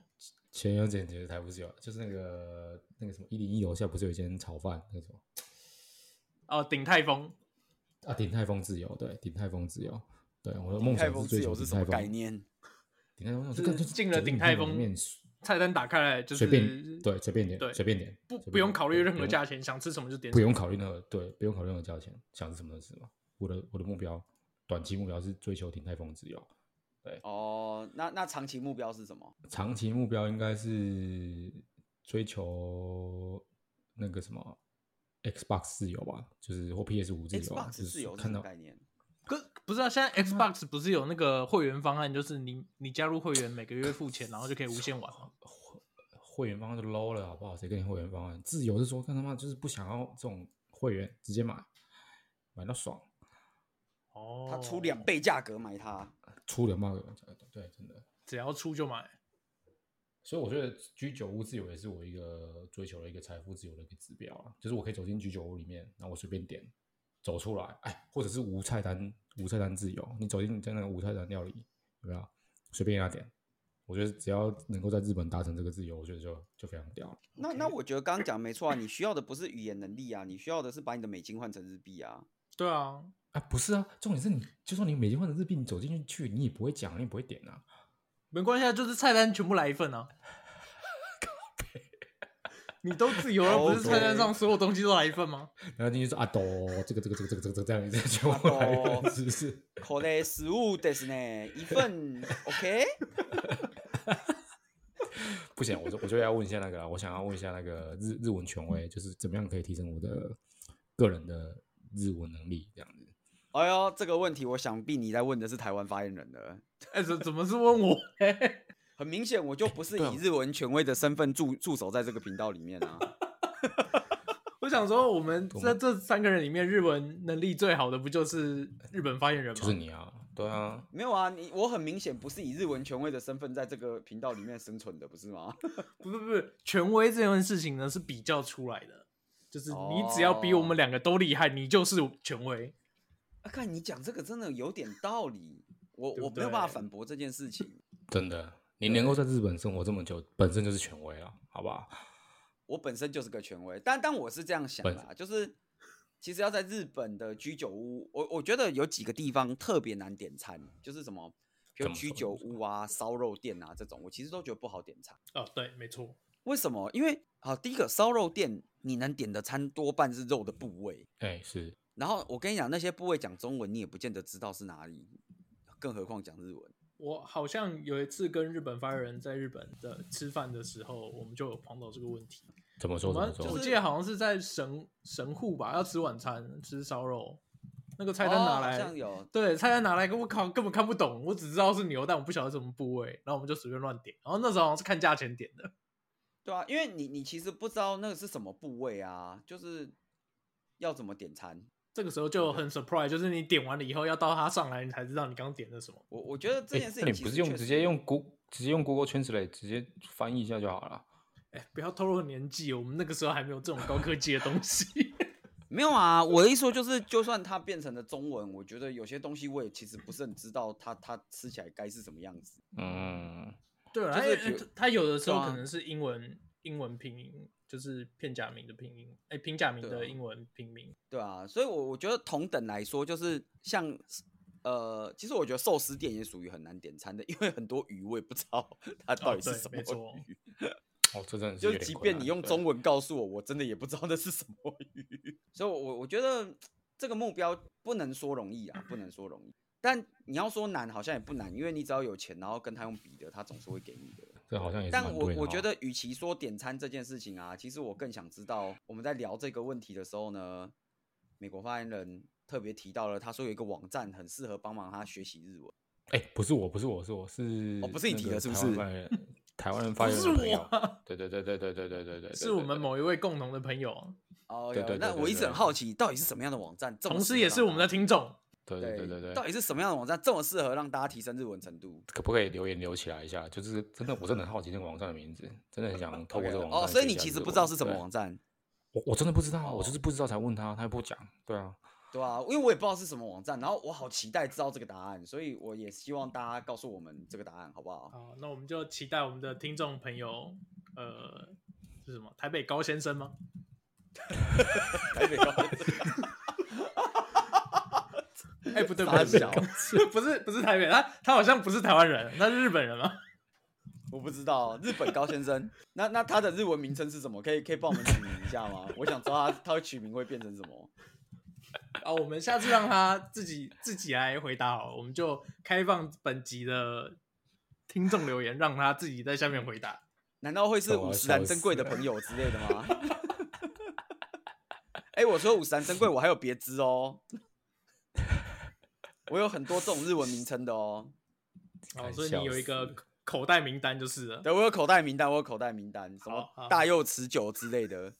Speaker 3: 全有简洁的财富自由，就是那个那个什么一零一楼下不是有一间炒饭那种
Speaker 1: 哦，顶泰丰
Speaker 3: 啊？鼎泰丰自由，对，鼎泰丰自由，对，我的
Speaker 2: 鼎
Speaker 3: 梦
Speaker 2: 泰
Speaker 3: 想是
Speaker 2: 丰
Speaker 3: 追
Speaker 2: 自
Speaker 3: 求
Speaker 2: 由是
Speaker 3: 鼎
Speaker 2: 什
Speaker 3: 泰
Speaker 2: 么
Speaker 3: 丰。
Speaker 2: 概念？
Speaker 3: 鼎泰丰那种就是干就是
Speaker 1: 进了
Speaker 3: 走进
Speaker 1: 鼎
Speaker 3: 去
Speaker 1: 泰
Speaker 3: 里
Speaker 1: 丰
Speaker 3: 面
Speaker 1: 菜单打开来就
Speaker 3: 随便
Speaker 1: 是
Speaker 3: 对随便点
Speaker 1: 对
Speaker 3: 随便点，
Speaker 1: 不
Speaker 3: 随
Speaker 1: 不
Speaker 3: 便
Speaker 1: 用
Speaker 3: 点
Speaker 1: 考虑
Speaker 3: 对
Speaker 1: 任
Speaker 3: 不
Speaker 1: 何
Speaker 3: 用
Speaker 1: 价钱，想吃什么就点
Speaker 3: 不
Speaker 1: 什么。
Speaker 3: 用考虑那个，对，不用考虑那个价钱，想吃什么就吃嘛。我的我的目标，短期目标是追求鼎泰丰自由，
Speaker 2: 哦，那那长期目标是什么？
Speaker 3: 长期目标应该是追求那个什么 Xbox 自由吧，就是或 PS 五自由啊，
Speaker 2: Xbox
Speaker 3: 就
Speaker 2: 自由是什
Speaker 3: 看
Speaker 2: 么
Speaker 3: 到
Speaker 2: 概念？
Speaker 1: 可不是啊，现在 Xbox 不是有那个会员方案，就是你你加入会员，每个月付钱，然后就可以无限玩吗？
Speaker 3: 会会员方案就 low 了，好不好？谁跟你会员方案？自由是说看他妈就是不想要这种会员，直接买，买到爽，
Speaker 1: 哦，
Speaker 2: 他出两，倍价格买它，
Speaker 3: 出两万个玩家，对，真的。
Speaker 1: 只要出就买。
Speaker 3: 所以我觉得居酒屋自由也是我一个追求的一个财富自由的一个指标啊，就是我可以走进居酒屋里面，然后我随便点，走出来，哎，或者是无菜单，无菜单自由，你走进在那个无菜单料理，有没有？随便给他点，我觉得只要能够在日本达成这个自由，我觉得就就非常屌了。
Speaker 2: 那那我觉得刚刚讲没错啊，你需要的不是语言能力啊，你需要的是把你的美金换成日币 啊。
Speaker 1: 对啊，
Speaker 3: 啊，不是啊，重点是你，就算你美金换成日币，你走进去，你也不会讲，你也不会点啊。
Speaker 1: 没关系，啊，就是菜单全部来一 份啊。你都自由了，不是菜单上所有东西都来一份吗？
Speaker 3: 然后进去说啊，抖这个这个这个这个这个这个这样，这样全
Speaker 2: 啊
Speaker 3: 部来一
Speaker 2: 抖
Speaker 3: 份 是不是？
Speaker 2: 可能食物ですね，一 份 OK。
Speaker 3: 不行，我就我就要问一下那个啦，啊我想要问一下那个日日文权威，就是怎么样可以提升我的个人的日文能力这样子。
Speaker 2: 哎呦，这个问题我想必你在问的是台湾发言人了。
Speaker 1: 哎、怎怎么是问我？
Speaker 2: 很明显，我就不是
Speaker 3: 啊
Speaker 2: 以日文权威的身份驻驻守在这个频道里面啊。
Speaker 1: 我想说，我们这这三个人里面，日文能力最好的不就是日本发言人吗？
Speaker 3: 就是你啊，对啊，
Speaker 2: 没有啊，你我很明显不是以日文权威的身份在这个频道里面生存的，不是吗？
Speaker 1: 不不不，权威这件事情呢是比较出来的，就是你只要比我
Speaker 2: 哦
Speaker 1: 们两个都厉害，你就是权威。
Speaker 2: 啊，看你讲这个真的有点道理，我
Speaker 1: 对不
Speaker 2: 我没有办法
Speaker 1: 对
Speaker 2: 反驳这件事情。
Speaker 3: 真的，你能够在日本生活这么久，本身就是权威了，好不好？
Speaker 2: 我本身就是个权威，但但我是这样想
Speaker 3: 本
Speaker 2: 啦，就是其实要在日本的居酒屋，我我觉得有几个地方特别难点餐，就是什么，比如
Speaker 3: 怎么
Speaker 2: 居
Speaker 3: 说
Speaker 2: 酒
Speaker 3: 怎
Speaker 2: 屋
Speaker 3: 么
Speaker 2: 啊、烧肉店啊这种，我其实都觉得不好点餐。
Speaker 1: 哦，对，没错，
Speaker 2: 为什么？因为啊，第一个烧肉店你能点的餐多半是肉的部位，
Speaker 3: 哎、是
Speaker 2: 然后我跟你讲，那些部位讲中文你也不见得知道是哪里，更何况讲日文。
Speaker 1: 我好像有一次跟日本发言人在日本的吃饭的时候，我们就有碰到这个问题。
Speaker 3: 怎么说
Speaker 1: 我
Speaker 3: 怎么
Speaker 1: 们
Speaker 3: 说？
Speaker 1: 我
Speaker 2: 就是
Speaker 1: 记得好像是在神神户吧，要吃晚餐，吃烧肉，那个菜单
Speaker 2: 哦
Speaker 1: 拿
Speaker 2: 好
Speaker 1: 来，
Speaker 2: 像有
Speaker 1: 对，菜单拿来，我靠，根本看不懂，我只知道是牛，但我不晓得什么部位，然后我们就随便乱点，然后那时候好像是看价钱点的，
Speaker 2: 对啊，因为你你其实不知道那个是什么部位啊，就是要怎么点餐。
Speaker 1: 这个时候就很 surprise，就是你点完了以后要到他上来，你才知道你刚点的什么。
Speaker 2: 我我觉得这
Speaker 3: 哎
Speaker 2: 件事情
Speaker 3: 那你
Speaker 2: 其
Speaker 3: 不
Speaker 2: 实
Speaker 3: 是
Speaker 2: 确
Speaker 3: 用直
Speaker 2: 实
Speaker 3: 接用 Go 直接用 Google Translate 直接翻译一下就好了。
Speaker 1: 哎，不要透露年纪，我们那个时候还没有这种高科技的东 西。
Speaker 2: 没有啊，我的意思说就是，就算它变成了中文，我觉得有些东西我也其实不是很知道它它吃起来该是什么样子。
Speaker 3: 嗯，
Speaker 1: 对啊，
Speaker 2: 就是
Speaker 1: 因为
Speaker 2: 比如
Speaker 1: 他有的时候
Speaker 2: 对啊
Speaker 1: 可能是英文、英文拼音，就是片假名的拼音，哎，平假名
Speaker 2: 对
Speaker 1: 的
Speaker 2: 啊
Speaker 1: 英文拼音。
Speaker 2: 对啊，所以我，我觉得同等来说，就是像呃，其实我觉得寿司店也属于很难点餐的，因为很多鱼我也不知道它到底是
Speaker 1: 哦对
Speaker 2: 什么
Speaker 1: 没错
Speaker 2: 鱼。
Speaker 3: 哦，这真的是
Speaker 2: 就
Speaker 3: 有
Speaker 2: 是
Speaker 3: 点
Speaker 2: 即
Speaker 3: 困
Speaker 2: 便
Speaker 3: 难
Speaker 2: 你用
Speaker 3: 对
Speaker 2: 中文告诉我，我真的也不知道那是什么鱼。 所以我，我我觉得这个目标不能说容易啊，不能说容易。但你要说难，好像也不难，因为你只要有钱，然后跟他用比的，他总是会给你的。
Speaker 3: 这好像也是
Speaker 2: 但
Speaker 3: 蛮
Speaker 2: 我
Speaker 3: 对的
Speaker 2: 我
Speaker 3: 哈
Speaker 2: 觉得，与其说点餐这件事情啊，其实我更想知道，我们在聊这个问题的时候呢，美国发言人特别提到了，他说有一个网站很适合帮忙他学习日文。
Speaker 3: 哎、不是我，不是我，是我是
Speaker 2: 哦不是你
Speaker 3: 那
Speaker 2: 提
Speaker 3: 个
Speaker 2: 的是不
Speaker 3: 台湾
Speaker 2: 是
Speaker 3: 发言人？台湾人发
Speaker 1: 不
Speaker 3: 言
Speaker 1: 是
Speaker 3: 人朋
Speaker 1: 我
Speaker 3: 友，
Speaker 1: 啊，
Speaker 3: 对对对对对对对对对，
Speaker 1: 是我们某一位共同的朋友啊，
Speaker 2: 哦，
Speaker 3: 对
Speaker 2: 有
Speaker 3: 对
Speaker 2: 那
Speaker 3: 对
Speaker 2: 我
Speaker 3: 对
Speaker 2: 一直很
Speaker 3: 对
Speaker 2: 好奇，到底是什么样的网站？这么啊
Speaker 1: 同
Speaker 2: 适合
Speaker 1: 时也
Speaker 2: 让
Speaker 1: 是我
Speaker 2: 他
Speaker 1: 们的听众。
Speaker 3: 对对对对
Speaker 2: 到
Speaker 3: 对，
Speaker 2: 底是什么样的网站这么适合让大家提升日文程度？
Speaker 3: 可不可以留言留起来一下？就是真的，我真的很好奇那个网站的名字，真的很想透过
Speaker 2: OK，
Speaker 3: 这个网站
Speaker 2: 哦，所以
Speaker 3: 学一
Speaker 2: 你
Speaker 3: 下
Speaker 2: 其实
Speaker 3: 日
Speaker 2: 不知道
Speaker 3: 文
Speaker 2: 是什么
Speaker 3: 对
Speaker 2: 网站，
Speaker 3: 我我真的不知道，我就
Speaker 2: 哦
Speaker 3: 是不知道才问他，他也不讲。对啊，
Speaker 2: 对啊，因为我也不知道是什么网站，然后我好期待知道这个答案，所以我也希望大家告诉我们这个答案，好不
Speaker 3: 啊
Speaker 2: 好？
Speaker 1: 好，那我们就期待我们的听众朋友，呃，是什么？台北高先生吗？
Speaker 2: 台北 高，
Speaker 1: 哎、不对，不
Speaker 2: 傻
Speaker 1: 对，
Speaker 2: 小
Speaker 1: 不对 不是不是台北，他他好像不是台湾人，他是日本人 吗？
Speaker 2: 我不知道日本高先生，那那他的日文名称是什么？可以可以帮我们取名一下吗？我想知道他他会取名会变成什么？
Speaker 1: 啊，我们下 次让他自己自己来回答好了，我们就开放本集的听众留言，让他自己在下面回 答。
Speaker 2: 难道会是
Speaker 3: 干嘛
Speaker 2: 五
Speaker 3: 要
Speaker 2: 十岚
Speaker 3: 笑
Speaker 2: 珍
Speaker 3: 死
Speaker 2: 贵的
Speaker 3: 了
Speaker 2: 朋友之类的吗？ 哎、我说五十岚珍贵，我还有别枝哦，我有很多这种日文名称的哦。
Speaker 1: 哦，
Speaker 3: 哎
Speaker 1: 所以
Speaker 3: 笑
Speaker 1: 你有一
Speaker 3: 死
Speaker 1: 个
Speaker 3: 了
Speaker 1: 口袋名单就是了。
Speaker 2: 对，我有口袋名单，我有口袋名单，什么
Speaker 1: 好好
Speaker 2: 大佑持久之类的，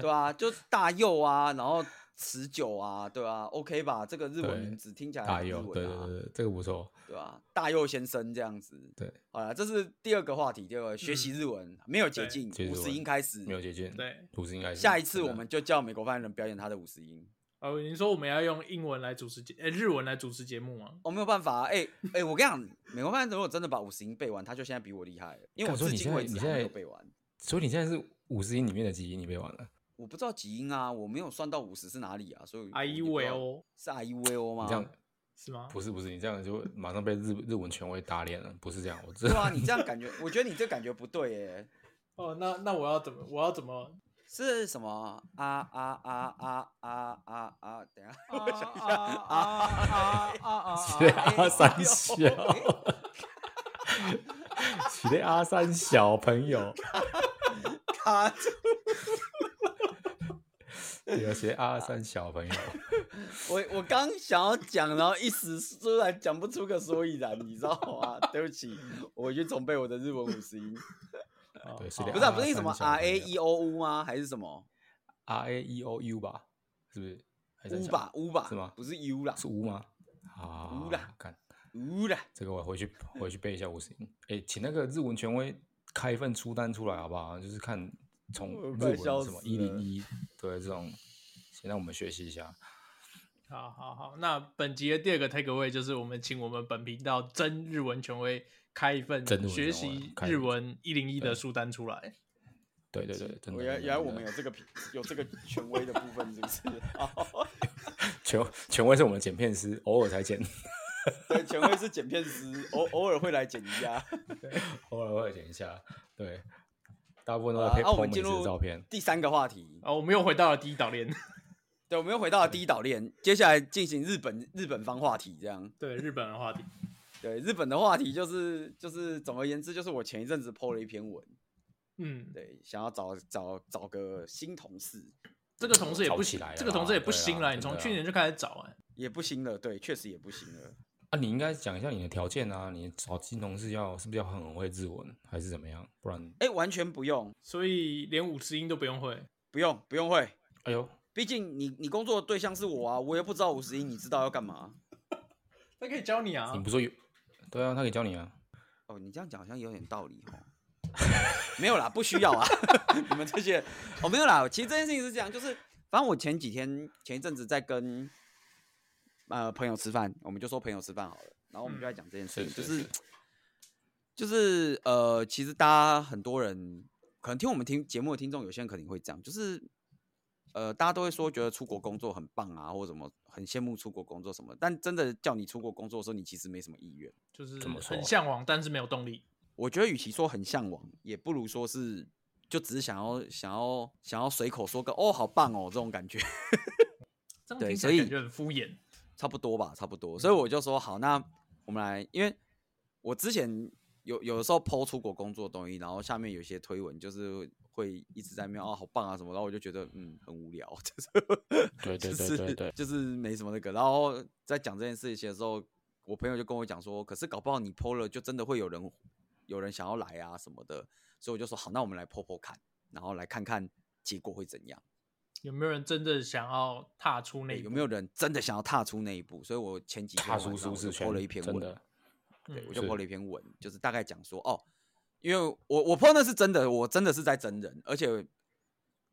Speaker 2: 对啊，就大佑啊，然后持久啊，对啊，OK 吧？这个日文
Speaker 3: 对
Speaker 2: 名字听起来
Speaker 3: 大
Speaker 2: 很日
Speaker 3: 佑，哎对
Speaker 2: 文
Speaker 3: 对
Speaker 2: 啊，
Speaker 3: 对对，这个不错。
Speaker 2: 对啊，大佑先生这样子，
Speaker 3: 对，嗯
Speaker 2: 好了，这是第二个话题，第二个学习日文、没有捷
Speaker 1: 对
Speaker 2: 径
Speaker 3: 其，实
Speaker 2: 五
Speaker 3: 我
Speaker 2: 十音开始
Speaker 3: 没，有捷径，
Speaker 1: 对，
Speaker 3: 五十应该是
Speaker 2: 下一次
Speaker 3: 真
Speaker 2: 我
Speaker 3: 的
Speaker 2: 们就叫美国发言人表演他的五十音，
Speaker 1: 哦，你说我们要用英文来主持节，哎诶，日文来主持节目吗？
Speaker 2: 我、没有办法、啊，哎、哎、我跟你讲，美国班如果真的把五十音背完，他就现在比我厉害了，因为我
Speaker 3: 敢说
Speaker 2: 至
Speaker 3: 你
Speaker 2: 今
Speaker 3: 现在
Speaker 2: 为止
Speaker 3: 你
Speaker 2: 还没
Speaker 3: 现
Speaker 2: 有
Speaker 3: 在
Speaker 2: 背完。
Speaker 3: 所以你现在是五十音里面的几音你背完了？
Speaker 2: 我不知道几音啊，我没有算到五十是哪里啊，所以我
Speaker 1: 啊
Speaker 2: 也
Speaker 1: 一
Speaker 2: 不知
Speaker 1: 喂
Speaker 2: 道
Speaker 1: 哦，
Speaker 2: 是 I U V O 吗？
Speaker 3: 你这样
Speaker 1: 是吗？
Speaker 3: 不是不是，你这样就马上被日日文权威打脸了，不是这样，我知
Speaker 2: 对
Speaker 3: 道。
Speaker 2: 啊，你这样感觉，我觉得你这感觉不对耶，
Speaker 1: 哦，那那我要怎么？我要怎么？
Speaker 2: 是什么啊啊啊啊啊啊啊？等一下，
Speaker 1: 啊啊啊啊啊！
Speaker 3: 起来阿三小
Speaker 2: 哎呦哎，
Speaker 3: 起来阿三小朋友，
Speaker 2: 卡住，
Speaker 3: 对啊，起来阿三小朋友，
Speaker 2: 我我刚想要讲，然后一时突然讲不出个所以然，你知道吗？ 对不起，我去重背我的日文五十音，
Speaker 3: 对是的
Speaker 2: 不是、啊、不是什么
Speaker 3: R
Speaker 2: R
Speaker 3: A
Speaker 2: A
Speaker 3: E
Speaker 2: E O U 吗？还是什么
Speaker 3: R A E O U 吧，是不是？还是很
Speaker 2: U
Speaker 3: 小
Speaker 2: 吧？U 吧？
Speaker 3: 是吗
Speaker 2: 不是 U 啦
Speaker 3: 是 U 吗？啊，
Speaker 2: 乌啦
Speaker 3: 看
Speaker 2: ，U 啦。
Speaker 3: 这个我回去回去背一下五十音。哎，请那个日文权威开一份出单出来好不好？就是看从
Speaker 2: 我
Speaker 3: 日
Speaker 2: 快
Speaker 3: 文
Speaker 2: 笑
Speaker 3: 什么
Speaker 2: 死
Speaker 3: 一零
Speaker 2: 了
Speaker 3: 一，对这种，先让我们学习一下。
Speaker 1: 好好好，那本集的第二个 take away 就是我们请我们本频道真日文权威开一份
Speaker 3: 真日文权
Speaker 1: 学
Speaker 3: 威
Speaker 1: 习
Speaker 3: 开一
Speaker 1: 日
Speaker 3: 份
Speaker 1: 文一零一的书单出来。
Speaker 3: 对对对，真的。
Speaker 2: 我原
Speaker 3: 真
Speaker 2: 原
Speaker 3: 的
Speaker 2: 来
Speaker 3: 真
Speaker 2: 我
Speaker 3: 的
Speaker 2: 们有这个品有这个权威的部分，是不是？哦，
Speaker 3: 权权威是我们的剪片师，偶尔才剪，
Speaker 2: 对，权威是剪片师，偶偶尔会来剪一下。
Speaker 3: 偶尔会剪一下。对，大部分都
Speaker 2: 好
Speaker 3: 在
Speaker 2: 啦
Speaker 3: 配
Speaker 2: 啊，我
Speaker 3: po
Speaker 2: 们
Speaker 3: 美
Speaker 2: 进
Speaker 3: 食
Speaker 2: 入
Speaker 3: 的照片。
Speaker 2: 第三个话题，
Speaker 1: 哦，我们又回到了第一岛链，
Speaker 2: 对，我们又回到了第一岛链，接下来进行日本日本方话题，这样。
Speaker 1: 对日本的话题。
Speaker 2: 对，日本的话题就是就是，总而言之，就是我前一阵子 PO 了一篇文，
Speaker 1: 嗯，
Speaker 2: 对，想要找找找个新同事，
Speaker 1: 这个同事也
Speaker 3: 吵
Speaker 1: 不
Speaker 3: 起
Speaker 1: 行
Speaker 3: 来了，
Speaker 1: 这个同事也不
Speaker 3: 对啊
Speaker 1: 新了，你
Speaker 3: 真
Speaker 1: 从
Speaker 3: 的
Speaker 1: 去
Speaker 3: 啊
Speaker 1: 年就开始找哎。
Speaker 2: 也不新了，对，确实也不新了。
Speaker 3: 啊，你应该讲一下你的条件啊，你找新同事要是不是要很会日文，还是怎么样？不然，
Speaker 2: 哎，完全不用，
Speaker 1: 所以连五十音都不用会。
Speaker 2: 不用，不用会，
Speaker 3: 哎呦，
Speaker 2: 毕竟你你工作的对象是我啊，我又不知道五十音，你知道要干嘛？
Speaker 1: 他可以教你啊
Speaker 3: 你，不说有？对啊，他可以教你啊。
Speaker 2: 哦，你这样讲好像有点道理哦。 没有啦，不需要啊， 你们这些哦，没有啦。其实这件事情是这样，就是反正我前几天前一阵子在跟呃朋友吃饭，我们就说朋友吃饭好了，然后我们就在讲这件事
Speaker 3: 嗯是
Speaker 2: 情，
Speaker 3: 是
Speaker 2: 就是
Speaker 3: 是
Speaker 2: 就是呃，其实大家很多人可能听我们听节目的听众，有些人肯定会这样，就是呃，大家都会说觉得出国工作很棒啊，或者什么很羡慕出国工作什么，但真的叫你出国工作的时候，你其实没什么意愿。
Speaker 1: 就是
Speaker 3: 怎么说
Speaker 1: 很向往，但是没有动力。
Speaker 2: 我觉得与其说很向往，也不如说是就只是想要想要想要随口说个哦好棒哦这种感觉，
Speaker 1: 这样
Speaker 2: 对
Speaker 1: 听起
Speaker 2: 所
Speaker 1: 来
Speaker 2: 以
Speaker 1: 感觉很敷衍。
Speaker 2: 差不多吧，差不多。所以我就说好，那我们来，因为我之前有有的时候抛出国工作的东西，然后下面有一些推文就是会一直在那边哦好棒啊什么，然后我就觉得嗯很无聊， 就是
Speaker 3: 对对
Speaker 2: 就
Speaker 3: 对对
Speaker 2: 是
Speaker 3: 对，
Speaker 2: 就是没什么那个。然后在讲这件事情的时候，我朋友就跟我讲说，可是搞不好你 PO 了，就真的会有人有人想要来啊什么的。所以我就说好，那我们来 PO PO 看，然后来看看结果会怎样，
Speaker 1: 有没有人真正想要踏出那
Speaker 2: 对
Speaker 1: 一步？
Speaker 2: 有没有人真的想要踏出那一步？所以我前几天
Speaker 3: 踏
Speaker 2: 晚
Speaker 3: 出
Speaker 2: 上
Speaker 3: 舒
Speaker 2: 我就 PO
Speaker 3: 适圈
Speaker 2: 了一篇
Speaker 3: 真
Speaker 2: 文
Speaker 3: 的，。
Speaker 2: 对，
Speaker 1: 嗯
Speaker 2: 我就是 PO 了一篇文，就是大概讲说哦，因为我我 PO 那是真的，我真的是在真人，而且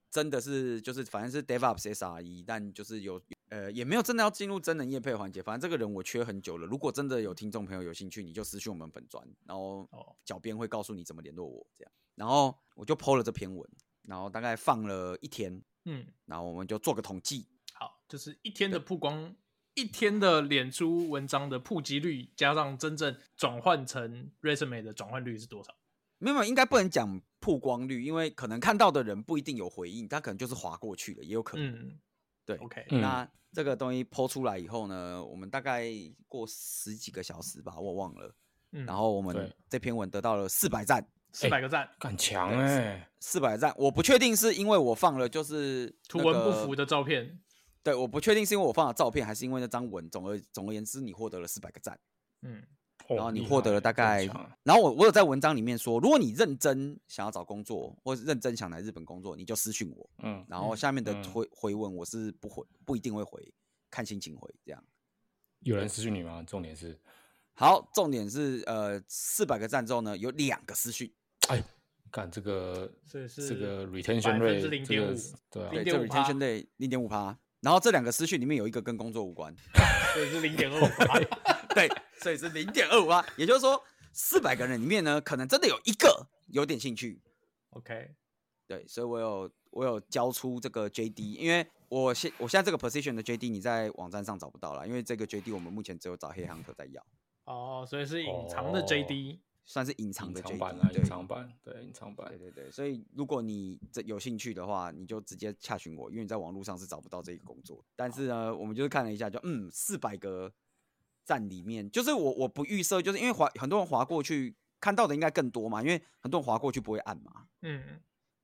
Speaker 2: 真的是就是反正是 DevOps SRE，但就是有呃也没有真的要进入真人业配环节，反正这个人我缺很久了。如果真的有听众朋友有兴趣，你就私讯我们本专，然后
Speaker 1: 哦
Speaker 2: 小编会告诉你怎么联络我这样。然后我就 PO 了这篇文，然后大概放了一天，
Speaker 1: 嗯，
Speaker 2: 然后我们就做个统计，
Speaker 1: 好，就是一天的曝光，一天的脸书文章的普及率，加上真正转换成 resume 的转换率是多少？
Speaker 2: 没有，没有应该不能讲曝光率，因为可能看到的人不一定有回应，他可能就是划过去了，也有可能。
Speaker 1: 嗯，
Speaker 2: 对
Speaker 1: ，OK，
Speaker 3: 嗯
Speaker 2: 那这个东西剖出来以后呢，我们大概过十几个小时吧，我忘了。
Speaker 1: 嗯，
Speaker 2: 然后我们
Speaker 3: 对
Speaker 2: 这篇文得到了四百赞，
Speaker 1: 四百个赞，
Speaker 3: 敢强哎，
Speaker 2: 四百赞，我不确定是因为我放了就是、
Speaker 1: 图文不符，的照片，
Speaker 2: 对，我不确定是因为我放了照片，还是因为那张文。总而总而言之，你获得了四百个赞，
Speaker 1: 嗯，
Speaker 2: 然后
Speaker 3: 哦
Speaker 2: 你
Speaker 3: 厉
Speaker 2: 获得
Speaker 3: 害
Speaker 2: 了大
Speaker 3: 真的
Speaker 2: 概
Speaker 3: 强啊，
Speaker 2: 然后我我有在文章里面说，如果你认真想要找工作，或是认真想来日本工作，你就私信我，
Speaker 3: 嗯，
Speaker 2: 然后下面的
Speaker 3: 嗯
Speaker 2: 回、回文我是不回，不一定会回，看心情回这样。
Speaker 3: 有人失去你吗？重点是，
Speaker 2: 好，重点是呃，四百个赞之后呢，有两个私讯，
Speaker 3: 哎，干这个
Speaker 1: 所以是
Speaker 3: 这个 retention rate
Speaker 1: 0.5%
Speaker 3: 这个是对啊，
Speaker 1: 0.5%
Speaker 2: 对，这 retention rate 零点五趴，然后这两个私讯里面有一个跟工作无关，
Speaker 1: 所以是零 点二五。
Speaker 2: 对，所以是零点二五啊。也就是说，四百个人里面呢，可能真的有一个有点兴趣。
Speaker 1: OK，
Speaker 2: 对，所以我有我有交出这个 JD，因为我现我现在这个 position 的 JD 你在网站上找不到了，因为这个 JD 我们目前只有找黑 hunter 在要，
Speaker 1: 哦，所以是隐藏的
Speaker 3: 哦
Speaker 1: JD。
Speaker 2: 算是隐藏
Speaker 3: 隐
Speaker 2: 的
Speaker 3: 藏
Speaker 2: JD，
Speaker 3: 版啊，
Speaker 2: 对
Speaker 3: 隐藏版，对，隐藏版
Speaker 2: 对。对对，所以如果你这有兴趣的话，你就直接洽询我，因为你在网络上是找不到这个工作。但是呢，我们就是看了一下就，嗯，四百个站里面，就是我我不预设，就是因为滑很多人滑过去看到的应该更多嘛，因为很多人滑过去不会按嘛。
Speaker 1: 嗯，